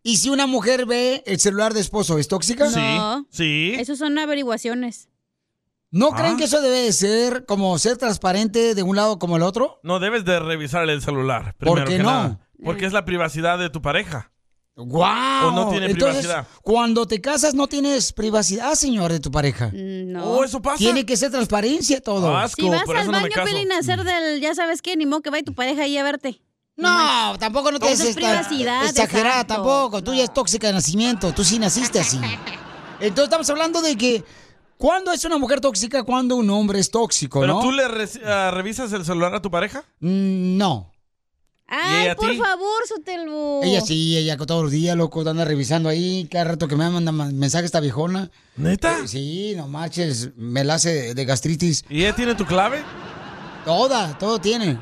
¿Y si una mujer ve el celular de esposo, ¿es tóxica?
No.
Sí.
Eso son averiguaciones.
¿No
Ah.
creen que eso debe de ser como ser transparente de un lado como el otro?
No debes de revisar el celular.
¿Por
Primero
qué
que
no?
nada. porque es la privacidad de tu pareja.
¡Guau!
O no tiene
Entonces,
privacidad.
cuando te casas no tienes privacidad, señor, de tu pareja.
No.
Oh, eso pasa. Ah,
Tiene que ser transparencia todo.
si vas al baño, Pelín, a
Mm.
hacer del, ya sabes qué, ni modo que vaya tu pareja ahí a verte.
No, tampoco no te
Eso es
des esta-
privacidad.
exagerada
exacto.
tampoco. Tú ya es tóxica de nacimiento. Tú sí naciste así. Entonces estamos hablando de que cuando es una mujer tóxica, cuando un hombre es tóxico,
¿Pero
¿no?
tú le re- ah, revisas el celular a tu pareja?
Mm, No.
¿Y
Ay,
ella a
por
ti?
favor, Sotelo.
Ella sí, ella todos los días, loco, anda revisando ahí. Cada rato que me manda ma- mensaje esta viejona. Eh,
¿Neta?
sí, no marches, me la hace de- de gastritis.
¿Y ella tiene tu clave?
Toda, todo tiene.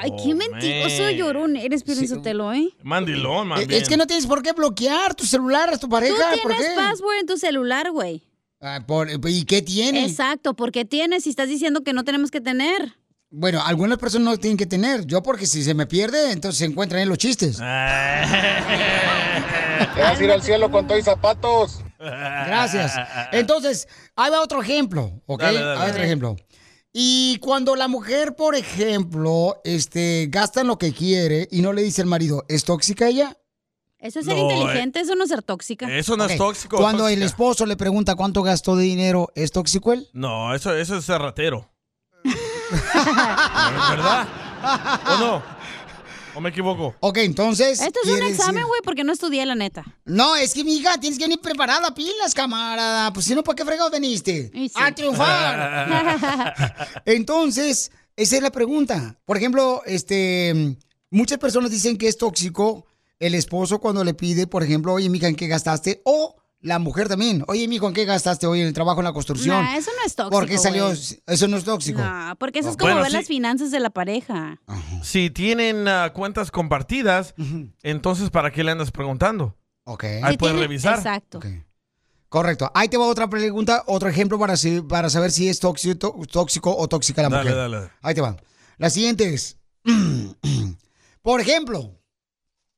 Ay, qué mentiroso
Oh, man.
llorón eres, Pelín Sotelo, ¿eh?
Mandilón, más
Eh,
bien.
Es que no tienes por qué bloquear tu celular a
Tú
tu pareja. ¿por
tienes
qué?
password en tu celular, güey.
Ah, por- ¿Y qué tiene?
Exacto, porque tienes y estás diciendo que no tenemos que tener.
Bueno, algunas personas no tienen que tener. Yo porque si se me pierde, entonces se encuentran en los chistes.
Te vas a ir al cielo con todos zapatos.
(laughs)
Gracias. Entonces, ahí va otro ejemplo, ¿ok?
Dale,
Ahí
dale.
va otro ejemplo. Y cuando la mujer, por ejemplo, este, gasta en lo que quiere y no le dice al marido, ¿es tóxica ella?
Eso es ser
No,
inteligente, eso no es ser tóxica.
Ok. Cuando el esposo le pregunta cuánto gastó de dinero, ¿es tóxico él?
No, eso, eso es
(laughs)
ser ratero. ¿Verdad? ¿O no? ¿O me equivoco?
Ok, entonces.
Esto es un
quiere
examen,
decir-
güey, porque no estudié, la neta.
No, es que, mija, tienes que venir preparada, pilas, camarada. Pues si no, ¿para qué fregado veniste?
(laughs)
A triunfar. Entonces, esa es la pregunta. Por ejemplo, este, muchas personas dicen que es tóxico el esposo cuando le pide, por ejemplo, oye, mija, ¿en qué gastaste? O la mujer también, oye, mijo, ¿en qué gastaste hoy en el trabajo en la construcción?
Nah, eso no es tóxico,
¿Por qué salió? Oh.
güey.
Eso no es tóxico.
No, porque eso es como
Bueno,
ver
sí.
las finanzas de la pareja.
Ah.
Si tienen ah, cuentas compartidas, entonces ¿para qué le andas preguntando?
Ok.
Ahí puedes revisar.
Exacto.
Correcto. Ahí te va otra pregunta, otro ejemplo para, si- para saber si es tóxico, tó- tóxico o tóxica la
Dale,
mujer.
dale.
Ahí te va. La siguiente es, (clears throat) por ejemplo,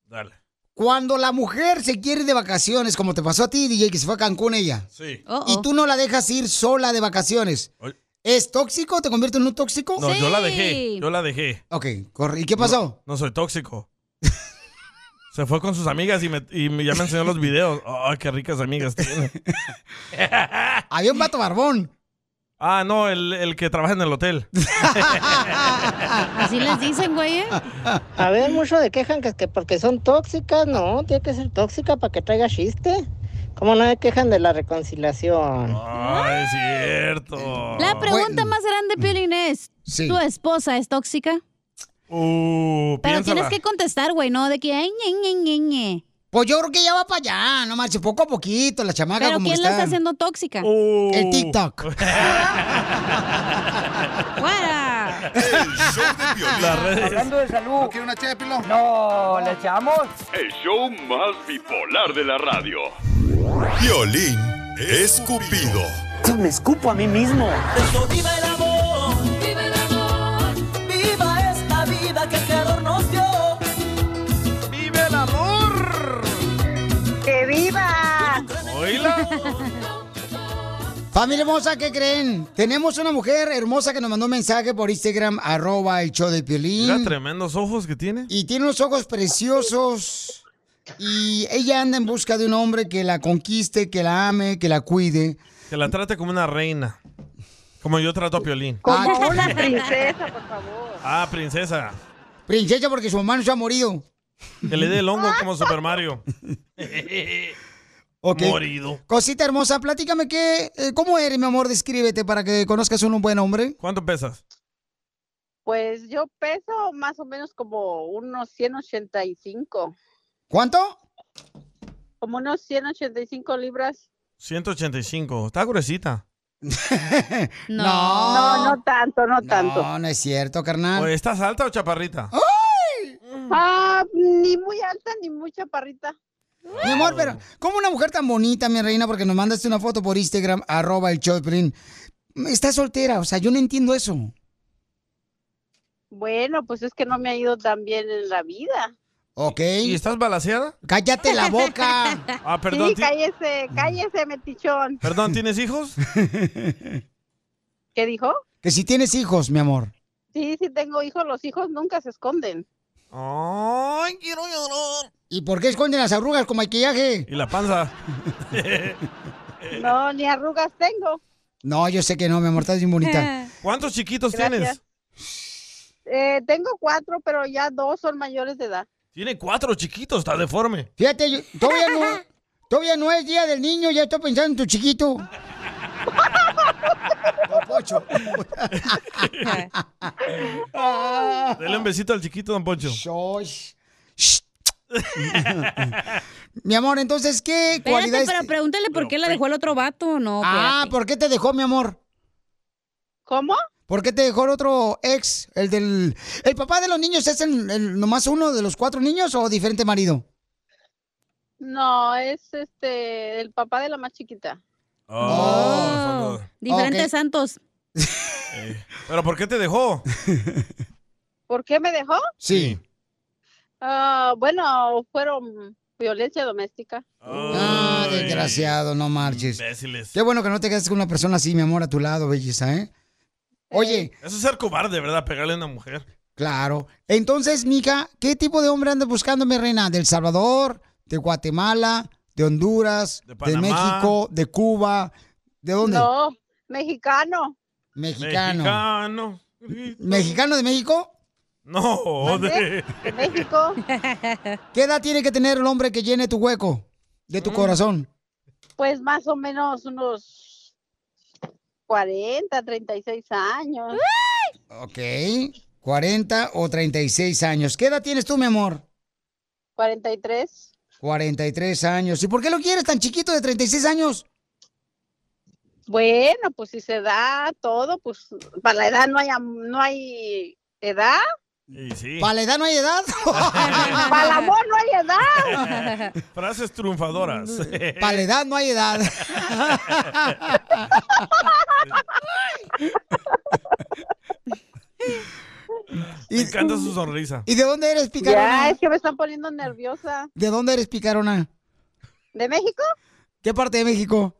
Dale.
cuando la mujer se quiere ir de vacaciones, como te pasó a ti, DJ, que se fue a Cancún ella,
Sí.
y tú no la dejas ir sola de vacaciones, ¿es tóxico? ¿Te convierte en un tóxico?
No, yo la dejé. Yo la dejé.
Ok, corre. ¿Y qué pasó?
No, no soy tóxico. (laughs) Se fue con sus amigas y, me, y me- ya me enseñó los videos. Ay, qué ricas amigas tiene.
(laughs) Había un vato barbón.
Ah, no, el, el que trabaja en
(laughs)
el hotel.
Así les dicen, güey. ¿eh?
A ver, mucho de quejan que, que porque son tóxicas, no, tiene que ser tóxica para que traiga chiste. ¿Cómo no se quejan de la reconciliación?
Ay, Ah, es cierto.
La
mm.
pregunta más grande, Piolín, es:
Sí.
¿tu esposa es tóxica?
Uh,
Pero
piénsala.
tienes que contestar, güey, no de que. "Ay, ñe, ñe, ñe, ñe".
Pues yo creo que ya va para allá, no marche, poco a poquito, la chamaca
Pero
como
¿quién
que
la está
está-
haciendo tóxica?
Uh,
El TikTok.
¡Fuera!
Hablando de salud. ¿No una No, ¿le echamos?
El show más bipolar de la radio.
Violín escupido.
Yo me escupo a mí mismo.
Viva el amor, viva el amor, viva esta vida que el creador nos dio. Vive el amor.
¡Que
(laughs)
viva!
Familia hermosa, ¿qué creen? Tenemos una mujer hermosa que nos mandó un mensaje por Instagram, arroba el show de
Mira,
Piolín.
tremendos ojos que tiene.
Y tiene unos ojos preciosos. Y ella anda en busca de un hombre que la conquiste, que la ame, que la cuide.
Que la trate como una reina. Como yo trato a Piolín.
Como una
princesa, por favor.
Ah, princesa.
Princesa, porque su mamá no se ha morido.
Que le dé
(laughs)
el hongo como Super Mario.
Ok.
Morido.
Cosita hermosa, platícame qué, eh, cómo eres, mi amor, descríbete para que conozcas un buen hombre.
¿Cuánto pesas?
Pues yo peso más o menos como unos 185,
¿Cuánto?
como unos 185 libras.
185. Está gruesita.
No.
No, no tanto, no tanto.
No, no es cierto, carnal.
Oye, ¿Estás alta o chaparrita?
Ah, ni muy alta ni muy chaparrita.
Mi amor, pero ¿cómo una mujer tan bonita, mi reina? Porque nos mandaste una foto por Instagram, arroba el Choplin. Está soltera, o sea, yo no entiendo
(laughs)
eso.
Bueno, pues es que no me ha ido tan bien en la vida.
¿Ok?
¿Y estás balaseada?
¡Cállate la boca!
(laughs)
Ah, perdón.
Sí,
ti-
cállese, cállese, metichón.
(laughs)
Perdón, ¿tienes hijos?
¿Qué dijo?
que si tienes hijos, mi amor.
Sí, sí tengo hijos, los hijos nunca se esconden.
Ay, quiero llorar.
¿Y por qué esconden las arrugas con maquillaje?
Y la panza.
No, ni arrugas tengo.
No, yo sé que no, mi amor, estás bien (laughs)
(laughs)
bonita.
¿Cuántos chiquitos
Gracias.
tienes?
Eh, tengo cuatro, pero ya dos son mayores de edad.
Tiene cuatro chiquitos, está deforme.
Fíjate, yo- todavía no, todavía no es día del niño, ya estoy pensando en tu
(laughs)
chiquito. Don Pocho.
(laughs) Dale un besito al chiquito, don Poncho. (laughs)
mi amor, entonces, ¿qué
Espérate,
cualidades?
pero pregúntale por qué la dejó el otro vato o no.
Ah, ¿por qué te dejó, mi amor?
¿Cómo?
¿Por qué te dejó el otro ex? El del. ¿El papá de los niños es el, el- nomás uno de los cuatro niños o diferente marido?
No, es este el papá de la más chiquita.
Oh,
Diferentes santos.
¿Pero por qué te dejó?
¿Por qué me dejó?
Sí.
Ah, bueno, fueron violencia doméstica.
Ah, desgraciado, no marches. Qué bueno que no te quedes con una persona así, mi amor, a tu lado, belleza, ¿eh? Oye.
Eso es ser cobarde, ¿verdad? Pegarle a una mujer.
Claro. Entonces, mija, ¿qué tipo de hombre andas buscando, mi reina? ¿De El Salvador? ¿De Guatemala? ¿De Honduras? ¿De,
Panamá.
México? ¿De Cuba? ¿De dónde?
No, mexicano.
Mexicano. ¿Mexicano de México?
No, de...
México.
(laughs) ¿Qué edad tiene que tener el hombre que llene tu hueco de
Mm.
tu corazón?
Pues más o menos unos 40, 36 años.
Ok. 40 o 36 años. ¿Qué edad tienes tú, mi amor?
43.
43 años. ¿Y por qué lo quieres tan chiquito de 36 años?
Bueno, pues si se da todo, pues para la edad no hay, am- no hay edad.
Y sí.
¿Para la edad no hay edad?
(laughs) Para el amor no hay edad.
(laughs)
(laughs) Frases triunfadoras.
Para la edad no hay edad.
(laughs) Me encanta su sonrisa.
¿Y de dónde eres,
Ya,
picarona?
es que me están poniendo nerviosa.
¿De dónde eres, picarona?
¿De México?
¿Qué parte de México?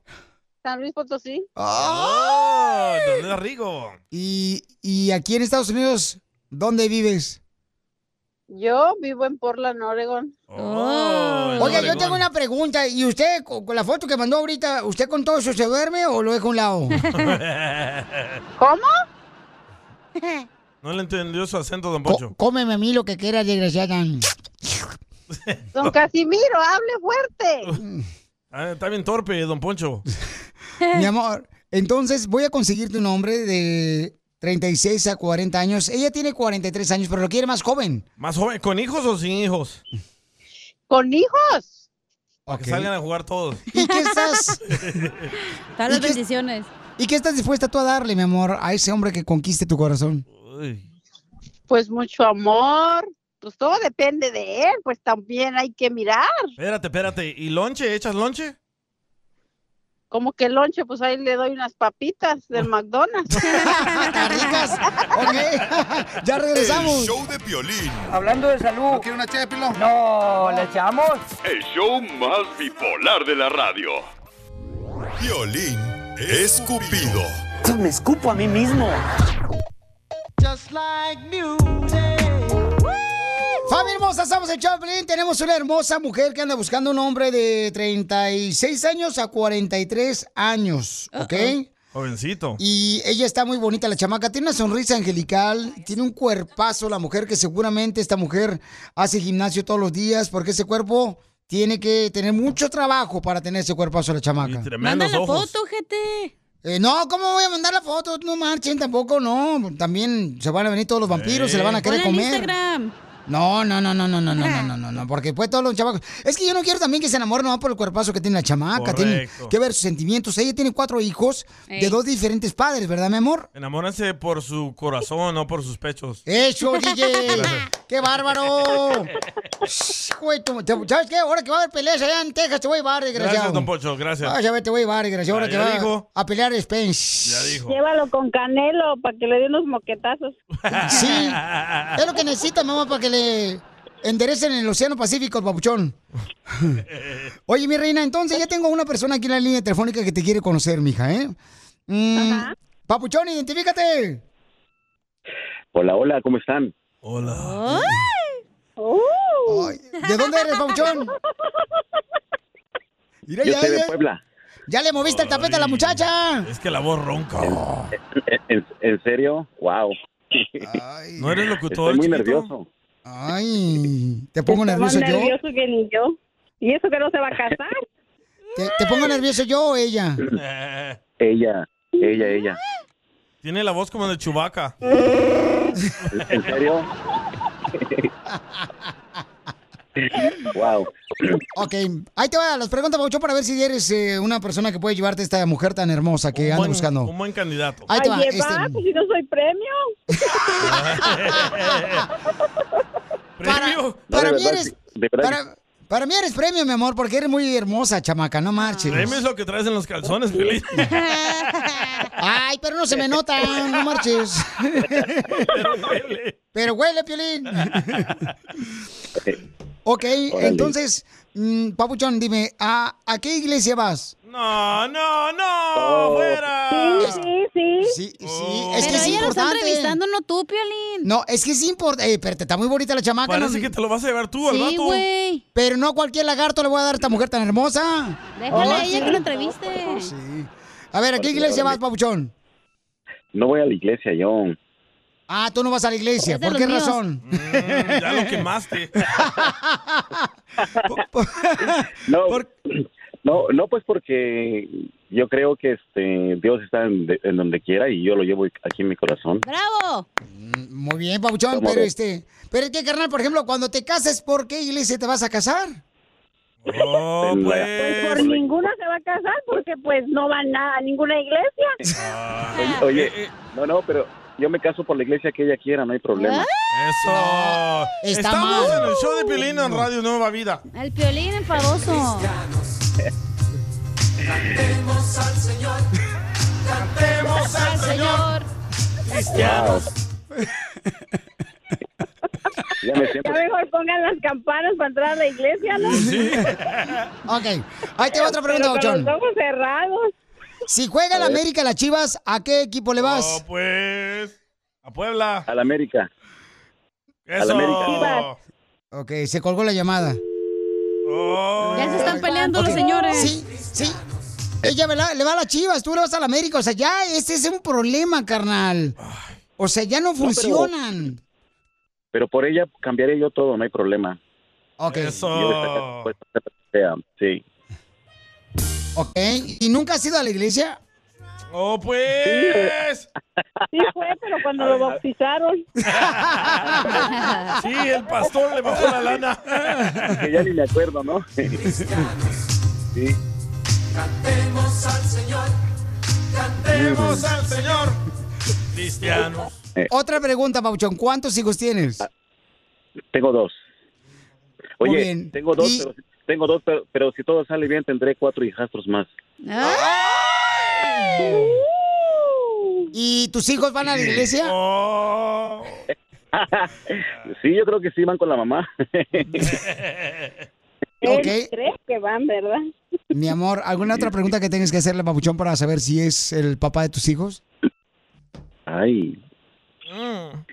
San Luis Potosí.
¡Oh! ¿Dónde rico?
¿Y, y aquí en Estados Unidos, dónde vives?
Yo vivo en Portland, Oregon. Oh,
Oiga, yo tengo una pregunta. ¿Y usted, con con la foto que mandó ahorita, usted con todo eso se duerme o lo deja a un lado?
(laughs) ¿Cómo?
(laughs) No le entendió su acento, don Poncho.
(laughs) Cómeme a mí lo que quieras, desgraciada.
(laughs) Don Casimiro, hable fuerte.
(laughs) Ah, está bien torpe, don Poncho.
Mi amor, entonces voy a conseguirte un hombre de 36 a 40 años. Ella tiene 43 años, pero lo quiere más joven.
¿Más joven? ¿Con hijos o sin hijos?
¿Con hijos?
Para que salgan a jugar todos.
¿Y
(laughs)
qué estás?
Todas las bendiciones.
¿Y qué estás dispuesta tú a darle, mi amor, a ese hombre que conquiste tu corazón?
Pues mucho amor. Pues todo depende de él, pues también hay que mirar.
Espérate, espérate. ¿Y lonche? ¿Echas lonche?
Como que el lonche, pues ahí le doy unas papitas del
(laughs)
McDonald's.
ricas! Ok, ya
El show de Piolín.
Hablando de salud. ¿No quiere una ché de pilón? No, ¿le echamos?
El show más bipolar de la radio.
Piolín escupido.
Yo me escupo a mí mismo.
Just like Familia hermosa, somos el Choplin. Tenemos una hermosa mujer que anda buscando un hombre de 36 años a 43 años, ¿ok?
Jovencito.
Y ella está muy bonita, la chamaca. Tiene una sonrisa angelical, tiene un cuerpazo la mujer que seguramente esta mujer hace gimnasio todos los días porque ese cuerpo tiene que tener mucho trabajo para tener ese cuerpazo la chamaca.
Manda la foto, gente.
Eh, no, ¿cómo voy a mandar la foto? No marchen tampoco, no. También se van a venir todos los vampiros, se la van a querer
Ponla en
comer.
Instagram. Ah.
No, no, no, no, no, no, no, no, no, no, no, porque después todos los chamacos. Es que yo no quiero también que se enamoren nomás por el cuerpazo que tiene la chamaca. Tiene
Correcto.
que ver sus sentimientos. Ella tiene cuatro hijos de
Ey.
dos diferentes padres, ¿verdad, mi amor?
Enamórense por su corazón, no por sus pechos.
(laughs)
¡Eso,
(laughs)
DJ! ¡Qué bárbaro! Shh, güey, tú- te- ¿Sabes qué? Ahora que va a haber peleas allá en Texas, te voy a llevar,
Gracias,
desgraciado.
don Poncho, gracias.
Ah, ya ve, te voy a llevar, desgraciado. Ahora
Ya,
que
ya
va
dijo.
a pelear Spence.
Ya dijo.
Llévalo con Canelo para que le dé unos moquetazos.
(laughs) Sí. Es lo que necesita, mamá, para que le enderecen en el Océano Pacífico, el papuchón. Oye, mi reina, entonces ya tengo una persona aquí en la línea telefónica que te quiere conocer, mija, ¿eh? Mm, Papuchón, identifícate.
Hola, hola, ¿cómo están?
Ay, ¿De dónde eres, Papuchón? Mira,
Yo
ya,
soy de
ya-
Puebla.
ya le moviste el tapete a la muchacha.
Es que la voz ronca.
¿En, en serio? ¡Wow!
¿No eres locutor,
Estoy muy
chiquito?
nervioso.
Ay, te pongo nervioso
Más
yo.
nervioso que ni yo. Y eso que no se va a casar.
¿Te, te pongo nervioso yo o ella?
(laughs)
Ella, ella, ella.
Tiene la voz como de Chubaca.
¿En serio? ¡Wow!
Ok, ahí te va las preguntas, Papuchón, para ver si eres eh, una persona que puede llevarte a esta mujer tan hermosa que anda
Buen-
buscando.
Un buen candidato.
Ahí te va,
Oye,
este-
va, pues si no soy premio.
Premio.
Para
de
mí
verdad,
eres-
de verdad,
para- Para mí eres premio, mi amor, porque eres muy hermosa, chamaca, no marches.
Premio es lo que traes en los calzones, Piolín.
Ay, pero no se me nota, no marches. Pero huele, Piolín. Ok,
Órale.
entonces, mm, Papuchón, dime, ¿a, a qué iglesia vas?
No, no,
Oh.
Oh, no, fuera.
Sí, sí. Sí, es que
Pero
es
ella lo está
importante.
entrevistando, no tú, Piolín.
No, es que es importante. Eh, pero está muy bonita la chamaca.
Parece
¿no?
que te lo vas a llevar tú al
Sí,
vato.
güey. Pero no a cualquier lagarto le voy a dar a esta mujer tan hermosa.
Déjala a ella
Ay, Oh, sí. Oh,
que lo entreviste.
A ver, ¿a qué
Órale,
iglesia vas,
órale.
Papuchón?
No voy a la iglesia, yo.
Ah, tú no vas a la iglesia.
Es de
¿Por
los
qué
míos.
razón?
Mm, Ya lo quemaste.
No, no, no, pues porque yo creo que este Dios está en, de- en donde quiera y yo lo llevo aquí en mi corazón.
¡Bravo!
Mm, Muy bien, Papuchón,
¿Cómo
pero
ves?
este. Pero es que, carnal, por ejemplo, cuando te cases, ¿por qué iglesia te vas a casar?
Oh,
En la-
pues.
Por ninguna se va a casar porque pues no van a, a ninguna iglesia.
Oye, oye,
Ah.
no, no, pero yo me caso por la iglesia que ella quiera, no hay problema.
Eso.
está
Oh. Estamos
mal.
en el show de Piolín en Radio Nueva Vida.
El Piolín enfadoso.
Cantemos al Señor. Cantemos al Señor.
Wow. (laughs) Ya me siento-
Ya mejor pongan las campanas para entrar a la iglesia, ¿no? (laughs)
Ok. Ahí te va otra
Pero
pregunta,
con
Papuchón.
los ojos cerrados.
Si juega
A
la
ver.
América las Chivas, ¿a qué equipo
Oh,
le vas?
Pues. A Puebla.
A la América. A la
Eso.
América.
Ok, se colgó la llamada.
Oh. Ya se están peleando los
Ok.
señores.
Sí, sí. Ella ve la- le va a las chivas, tú le vas a la América. O sea, ya ese es un problema, carnal. O sea, ya no funcionan.
Pero por ella cambiaré yo todo, no hay problema.
Ok.
Yo
Oh.
estaría dispuesto a hacer lo que sea, sí.
Ok. ¿Y nunca has ido a la iglesia?
Oh, pues.
Sí fue, pero cuando lo bautizaron.
(laughs)
Sí, el pastor le bajó la lana.
Que ya ni me acuerdo, ¿no? sí.
Cantemos al Señor. Cantemos al Señor. Cristiano.
(laughs) Otra pregunta, Pauchón. ¿Cuántos hijos tienes?
Tengo dos.
Muy
Oye,
bien.
tengo dos,
Y-
pero, tengo dos pero, pero si todo sale bien tendré cuatro hijastros más.
Ah.
¿Y tus hijos van a la iglesia?
Oh. (laughs) sí, yo creo que sí van con
(laughs)
la mamá. (laughs)
Ok.
Tres que van, ¿verdad?
Mi amor, ¿alguna otra pregunta que tengas que hacerle, Papuchón, para saber si es el papá de tus hijos?
Ay.
Mm.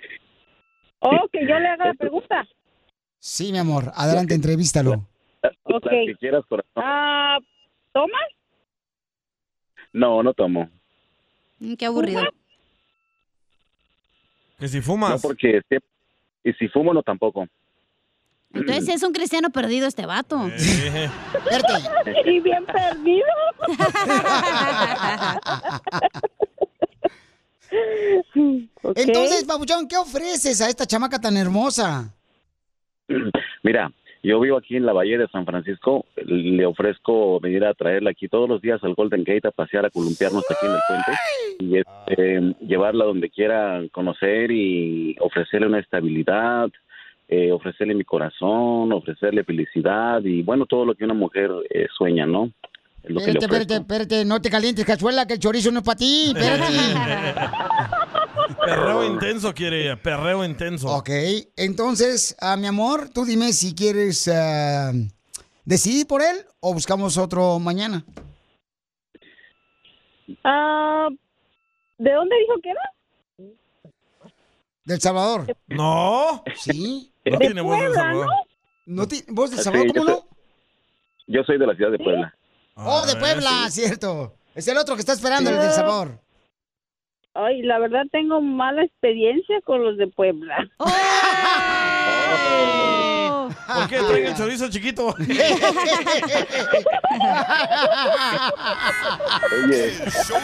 Oh, que yo le haga la pregunta.
Sí, mi amor. Adelante, entrevístalo.
(laughs) Las que quieras, corazón.
Ah, ¿Toma?
No, no tomo.
Mm, Qué aburrido.
Que si fumas.
No, porque si- y si fumo, no tampoco. (clears throat)
Entonces sí es un cristiano perdido este vato.
Y bien perdido.
Entonces, Papuchón, ¿qué ofreces a esta chamaca tan hermosa?
Mira, yo vivo aquí en la Valle de San Francisco. Le ofrezco venir a traerla aquí todos los días al Golden Gate a pasear, a columpiarnos aquí en el puente y este, llevarla donde quiera conocer y ofrecerle una estabilidad, eh, ofrecerle mi corazón, ofrecerle felicidad y bueno, todo lo que una mujer eh, sueña, ¿no? Es lo que le
Espérate,
ofrezco.
espérate, espérate, no te calientes, cachuela, que el chorizo no es para ti, espérate.
(laughs) Perreo intenso quiere ella, perreo intenso.
ok, entonces, ah, mi amor, tú dime si quieres ah, decidir por él o buscamos otro mañana.
Ah, ¿De dónde dijo que era?
¿Del Salvador?
No.
Sí.
No
tiene voz del
Salvador.
¿No ti- ¿Vos del
Ah, Sí,
Salvador,
yo
cómo no?
soy- Yo soy de la ciudad de Puebla.
Oh,
Ah,
de Puebla, cierto. Es el otro que está esperando, el del Salvador.
Ay, la verdad tengo mala experiencia con los de Puebla.
Oh.
(laughs)
¿Por qué traen el chorizo chiquito?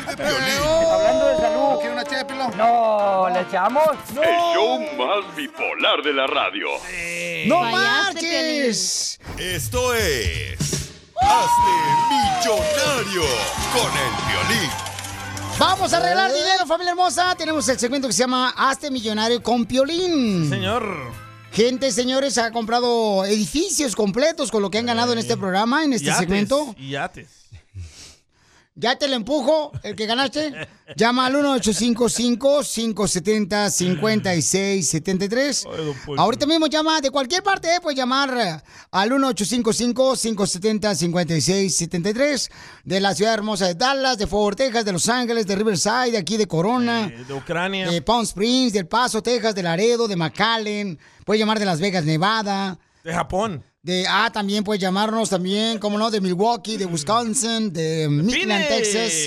Hablando de salud. ¿Quiere una ché, Pilón? No, ¿le echamos?
El show más bipolar de la radio.
¡No
Fallaste,
marches!
Esto es. Hazte millonario con el violín.
Vamos a arreglar
Eh.
dinero, familia hermosa. Tenemos el segmento que se llama Hazte Millonario con Piolín.
Señor.
Gente, señores, ha comprado edificios completos con lo que han ganado en este programa, en este
Eh. Yates,
segmento.
Y yates.
Ya te lo empujo, el que ganaste. Llama al 1855-570-5673.
Poncho.
Ahorita mismo llama de cualquier parte, eh, puedes llamar al 1855-570-5673 de la ciudad hermosa de Dallas, de Fort Worth, Texas, de Los Ángeles, de Riverside, de aquí de Corona.
Eh, De Ucrania.
De Palm Springs, del Paso, Texas, de Laredo, de McAllen. Puedes llamar de Las Vegas, Nevada.
De Japón.
De, ah, también puedes llamarnos también, como no, de Milwaukee, de Wisconsin, de Midland,
Mm. Phoenix. Uh,
Texas,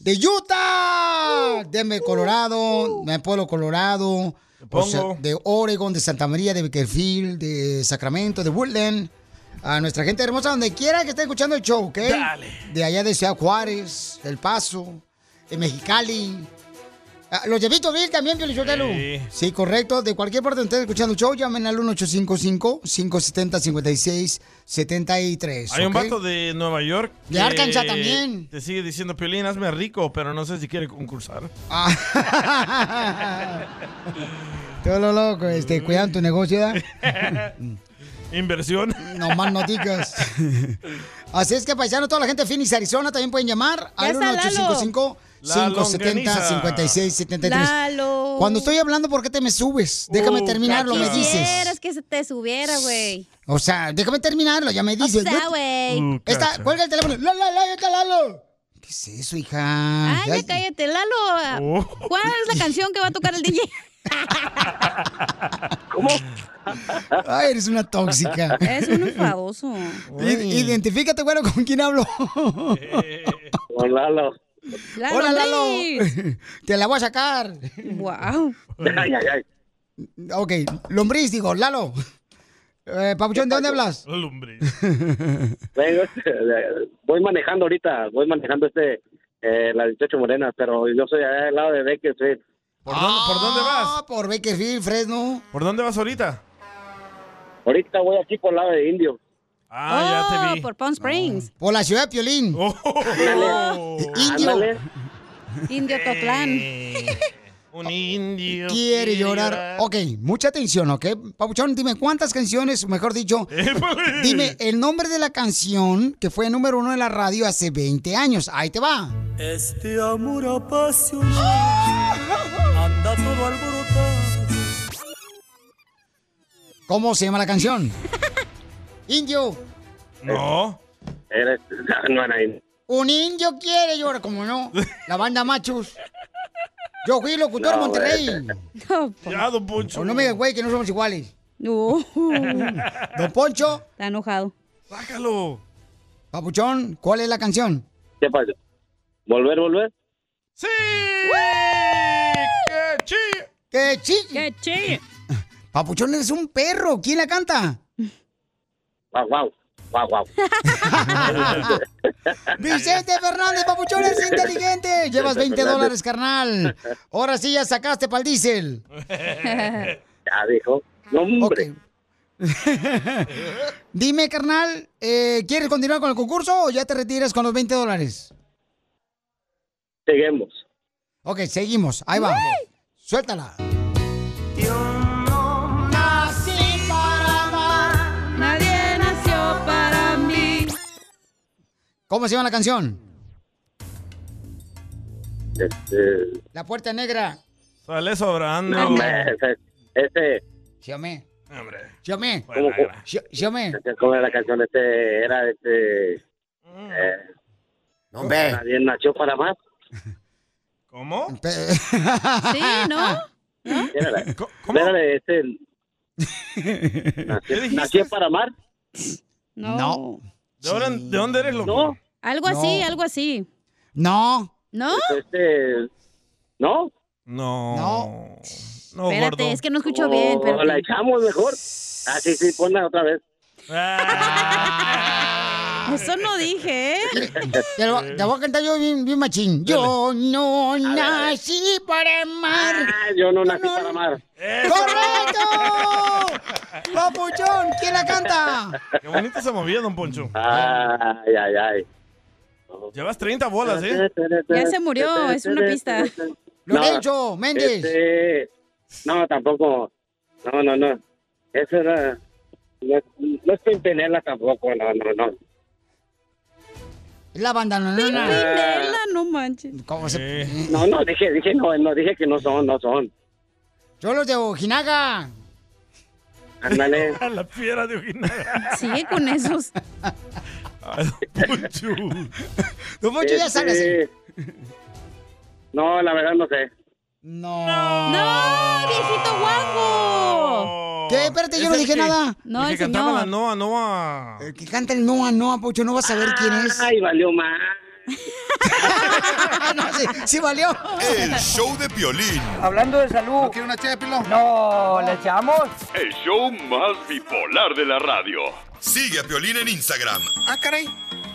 de Utah, Denver, Colorado, de Pueblo, Colorado,
Pongo.
de Oregon, de Santa María, de Bakersfield, de Sacramento, de Woodland. A nuestra gente hermosa, donde quiera que esté escuchando el show, ¿ok? De allá de Ciudad Juárez, El Paso, de Mexicali. Ah, Los de Vitoville también, Piolichotelo.
Sí.
Sí. sí, correcto. De cualquier parte donde estén escuchando el show, llamen al 1855-570-5673.
Hay un
Pues, ¿ok?
vato de Nueva York.
De
que
Arkansas también.
Te sigue diciendo, Piolín, hazme rico, pero no sé si quiere concursar.
(laughs) Ah. Todo lo loco, este, cuidando tu negocio, ¿verdad?
(laughs) Inversión.
No más no digas. Así es que, paisano, toda la gente de Phoenix, Arizona, también pueden llamar
Ya
al
está Lalo.
Lalo.
1-855-570-5673. Cuando estoy hablando, ¿por qué te me subes? (laughs)
Uh,
Déjame terminarlo, me dices.
Quisieras que se te subiera, güey.
O sea, déjame terminarlo, ya me dices.
sea,
Yo te-
güey. Uh,
Está,
cacha.
cuelga el teléfono. La, la, la, ya está Lalo. ¿Qué es eso, hija?
Ay,
Ya-
ya cállate, Lalo. ¿Cuál es la canción que va a tocar el DJ?
(laughs) Ay, eres una tóxica.
Es un
(laughs)
enfadoso.
Id- Identifícate, bueno, con quién hablo.
Con Lalo.
Lalo,
Hola, Lalo.
Lombriz.
Te la voy a sacar.
Wow.
Ay, ay, ay.
Ok, lombriz, digo, Lalo. Eh, Papuchón, ¿de dónde hablas?
Vengo, (laughs) eh, voy manejando ahorita, voy manejando este, eh, la 18 Morena, pero yo soy allá del lado de Bakersfield.
¿Por dónde, ¿Por dónde vas?
Ah, Por Bakersfield, Fresno.
¿Por dónde vas ahorita?
Ahorita voy aquí por el lado de Indio.
Ah, ya te vi.
por Palm Springs.
Por la ciudad de Piolín.
Oh.
(laughs) Indio.
Ándale.
Indio Totlán.
Un indio.
Quiere llorar. Ok, mucha atención, ¿ok? Papuchón, dime cuántas canciones, mejor dicho,
(laughs) Épale.
dime el nombre de la canción que fue número uno en la radio hace 20 años. Ahí te va.
Este amor apasionado anda todo alborotado.
¿Cómo se llama
(laughs)
la canción? Indio.
No.
Eres, no era Indio.
Un indio quiere llorar, como no. La banda Machos. Yo fui
No,
locutor en Ah, Monterrey.
Ya, don Poncho.
O no me digas, güey, que no somos iguales.
pues. No.
(laughs) Don Poncho.
Está enojado.
Sácalo.
Papuchón, ¿cuál es la canción?
¿Qué pasa? ¿Volver, volver?
¡Sí! ¡Qué chi!
¡Qué chi!
¡Qué chi!
(laughs) Papuchón, eres un perro. ¿Quién la
(laughs)
canta?
Guau, guau, guau, guau.
Vicente Fernández, Papuchón,
(laughs)
(laughs)
eres inteligente. Llevas 20 dólares, carnal. Ahora sí ya sacaste pa'l diésel.
ya dijo. No, hombre.
Dime, carnal, eh, ¿quieres continuar con el concurso o ya te retiras con los 20 dólares?
Seguimos.
Ok, seguimos. Ahí va. Suéltala.
Nací para amar. Nadie nació para mí.
¿Cómo se llama la canción?
Este,
La puerta negra.
Sale sobrando.
no, hombre, ese, eh, ese,
Xiomé.
Hombre.
Xiomé.
¿cómo,
Xio- Xiomé.
¿Cómo era la canción? Este, era este.
Mm.
Eh,
hombre.
Nadie nació para más.
¿Cómo?
Sí, ¿no?
Era la- Era de este. Nació,
(laughs)
nació para amar.
No.
¿De, ahora- de dónde eres, loco?
Algo
No.
así, algo así.
No.
¿No?
Este, ¿No?
No. No.
Espérate,
gordo.
es que no escucho bien,
O
espérate.
la echamos mejor. Ah, sí, sí, ponla otra
(laughs)
vez.
Eso no dije, ¿eh?
Te, lo- te voy a cantar yo bien, bien machín. Yo no nací para amar.
Ah, yo no nací para amar.
¡Correcto! ¡Papuchón! ¿Quién la canta?
Qué bonito se movía, don Poncho.
Ay, ay, ay.
Llevas 30 bolas, ¿eh?
Ya se murió, es una pista.
No, este, no, tampoco. No, no, no.
Eso era. No, no es Pimpinela tampoco, no, no, no.
La banda no, no, no.
Pimpinela, no manches.
¿Cómo se.?
No, no, dije, dije, no, no, dije que no son, no son.
Yo los de Ojinaga. (laughs)
Ándale.
La piedra de Ojinaga.
Sigue con esos.
Poncho.
Don Poncho, ya sabes.
Este, No, la verdad no sé.
No.
¡No, viejito guango!
¿Qué? Espérate, yo no dije nada.
No, el
que cantaba la
señor.
Noa, Noa.
El que canta el Noa, Noa, Poncho, no vas a ver quién es.
Ay, valió más.
(laughs) no, sí, sí valió.
El
(laughs)
show de Piolín.
Hablando de salud. ¿No quiere una ché, No, ¿le echamos?
El show más bipolar de la radio.
Sigue a Piolín en Instagram.
Ah, caray.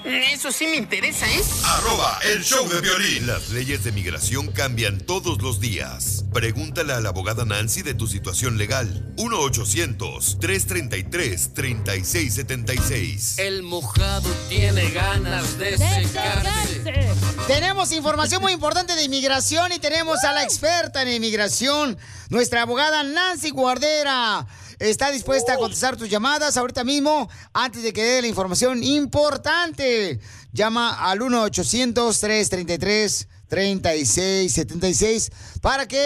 Eso sí me interesa, ¿eh?
Arroba el show de violín. Las leyes de migración cambian todos los días. Pregúntale a la abogada Nancy de tu situación legal. 1-800-333-3676.
El mojado tiene ganas de secarse.
Tenemos información muy importante de inmigración y tenemos a la experta en inmigración, nuestra abogada Nancy Guardera. Está dispuesta a contestar tus llamadas ahorita mismo, antes de que dé la información importante. Llama al 1-800-333-3676 para que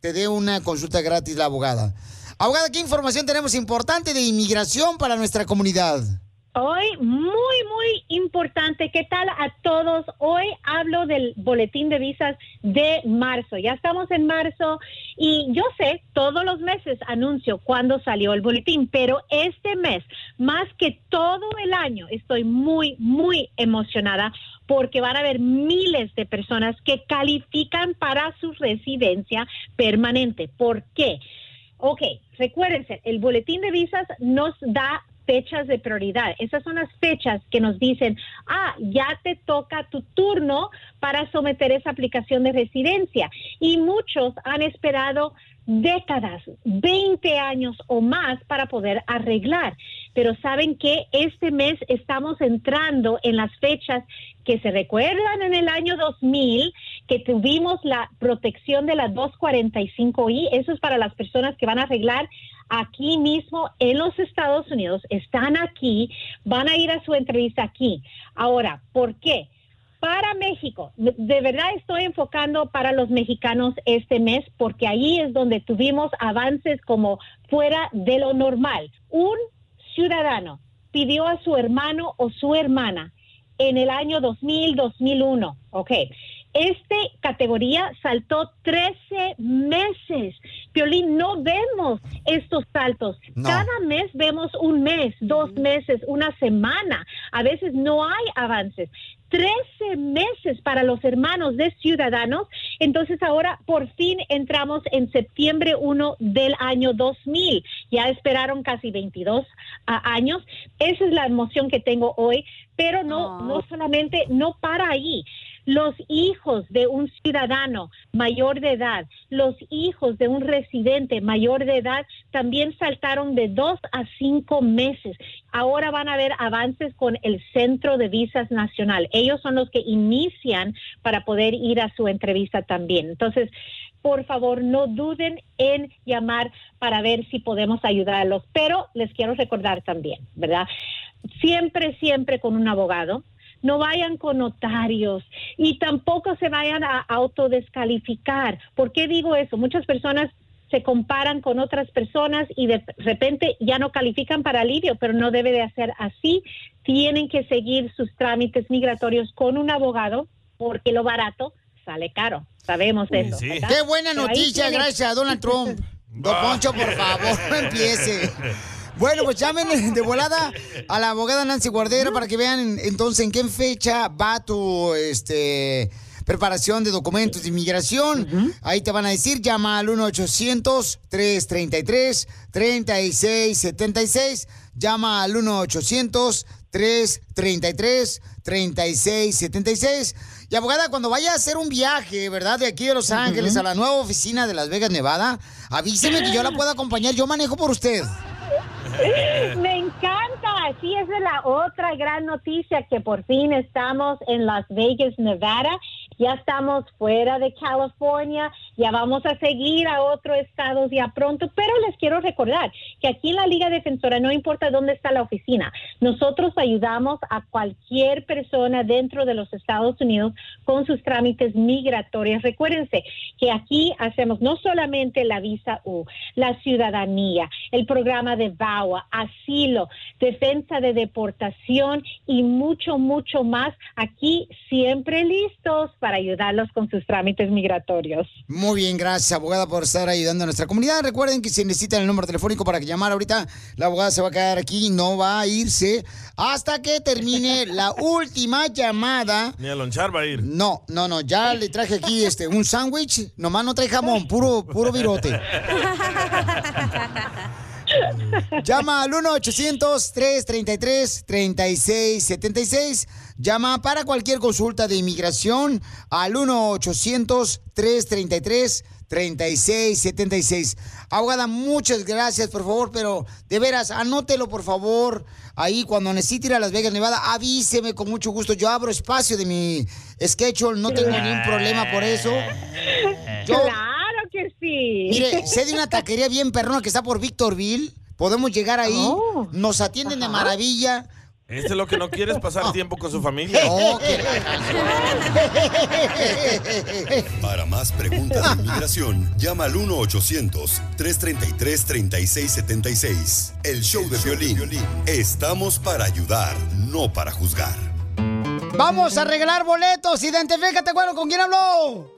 te dé una consulta gratis la abogada. Abogada, ¿qué información tenemos importante de inmigración para nuestra comunidad?
Hoy, muy, muy importante. ¿Qué tal a todos? Hoy hablo del boletín de visas de marzo. Ya estamos en marzo y yo sé, todos los meses anuncio cuándo salió el boletín, pero este mes, más que todo el año, estoy muy, muy emocionada porque van a haber miles de personas que califican para su residencia permanente. ¿Por qué? Ok, recuérdense, el boletín de visas nos da fechas de prioridad. Esas son las fechas que nos dicen, ah, ya te toca tu turno para someter esa aplicación de residencia. Y muchos han esperado décadas, 20 años o más para poder arreglar. Pero saben que este mes estamos entrando en las fechas que se recuerdan en el año 2000 que tuvimos la protección de la 245i. Eso es para las personas que van a arreglar aquí mismo en los Estados Unidos. Están aquí, van a ir a su entrevista aquí. Ahora, ¿por qué? para México. De verdad estoy enfocando para los mexicanos este mes porque ahí es donde tuvimos avances como fuera de lo normal. Un ciudadano pidió a su hermano o su hermana en el año 2000-2001, ¿ok? Este categoría saltó 13 meses. Piolín, no vemos estos saltos.
No.
Cada mes vemos un mes, dos meses, una semana. A veces no hay avances. 13 meses para los hermanos de ciudadanos. Entonces ahora por fin entramos en septiembre 1 del año 2000. Ya esperaron casi 22 a- años. Esa es la emoción que tengo hoy, pero no, no solamente, no para ahí los hijos de un ciudadano mayor de edad, los hijos de un residente mayor de edad también saltaron de dos a cinco meses. Ahora van a haber avances con el Centro de Visas Nacional. Ellos son los que inician para poder ir a su entrevista también. Entonces, por favor, no duden en llamar para ver si podemos ayudarlos. Pero les quiero recordar también, ¿verdad? Siempre, siempre con un abogado no vayan con notarios y tampoco se vayan a autodescalificar. ¿Por qué digo eso? Muchas personas se comparan con otras personas y de repente ya no califican para alivio, pero no debe de hacer así. Tienen que seguir sus trámites migratorios con un abogado porque lo barato sale caro. Sabemos eso. ¿verdad?
Qué buena
Pero ahí
noticia,
tienen-
gracias a
(laughs)
Donald Trump. Don Poncho, por favor, (laughs) no empiece. Bueno, pues llamen de volada a la abogada Nancy Guardera para que vean entonces en qué fecha va tu este preparación de documentos de inmigración. Ahí te van a decir, llama al 1-800-333-3676. Llama al 1-800-333-3676. Y abogada, cuando vaya a hacer un viaje, ¿verdad? De aquí de Los Ángeles a la nueva oficina de Las Vegas, Nevada, avíseme que yo la pueda acompañar. Yo manejo por usted.
(laughs) Me encanta. Sí, esa es la otra gran noticia que por fin estamos en Las Vegas, Nevada. ya estamos fuera de California, ya vamos a seguir a otros estados ya pronto, pero les quiero recordar que aquí en la Liga Defensora no importa dónde está la oficina, nosotros ayudamos a cualquier persona dentro de los Estados Unidos con sus trámites migratorios. Recuérdense que aquí hacemos no solamente la visa U, la ciudadanía, el programa de VAWA, asilo, defensa de deportación y mucho, mucho más. Aquí siempre listos para ayudarlos con sus trámites migratorios.
Muy bien, gracias, abogada, por estar ayudando a nuestra comunidad. Recuerden que si necesitan el número telefónico para que llamar ahorita, la abogada se va a quedar aquí, no va a irse hasta que termine la última llamada.
Ni a lonchar va a ir.
No, no, no, ya le traje aquí este un sándwich, nomás no trae jamón, puro,
(laughs)
puro virote. (laughs) Llama al 1-800-333-3676. Llama para cualquier consulta de inmigración al 1-800-333-3676. Abogada, muchas gracias, por favor, pero de veras, anótelo, por favor. Ahí cuando necesite ir a Las Vegas, Nevada, avíseme con mucho gusto. Yo abro espacio de mi schedule, no tengo ningún problema por (laughs) eso. Yo-
Claro que sí.
Mire, sé de una taquería bien perrona que está por Victorville. Podemos llegar ahí. Nos atienden de maravilla. (laughs)
Este es lo que no quieres pasar tiempo con su familia.
No,
Para más preguntas de (laughs) inmigración, llama al 1-800-333-3676. El show de violín. Estamos para ayudar, no para juzgar.
Vamos a regalar boletos. Identifícate, bueno, ¿con quién habló?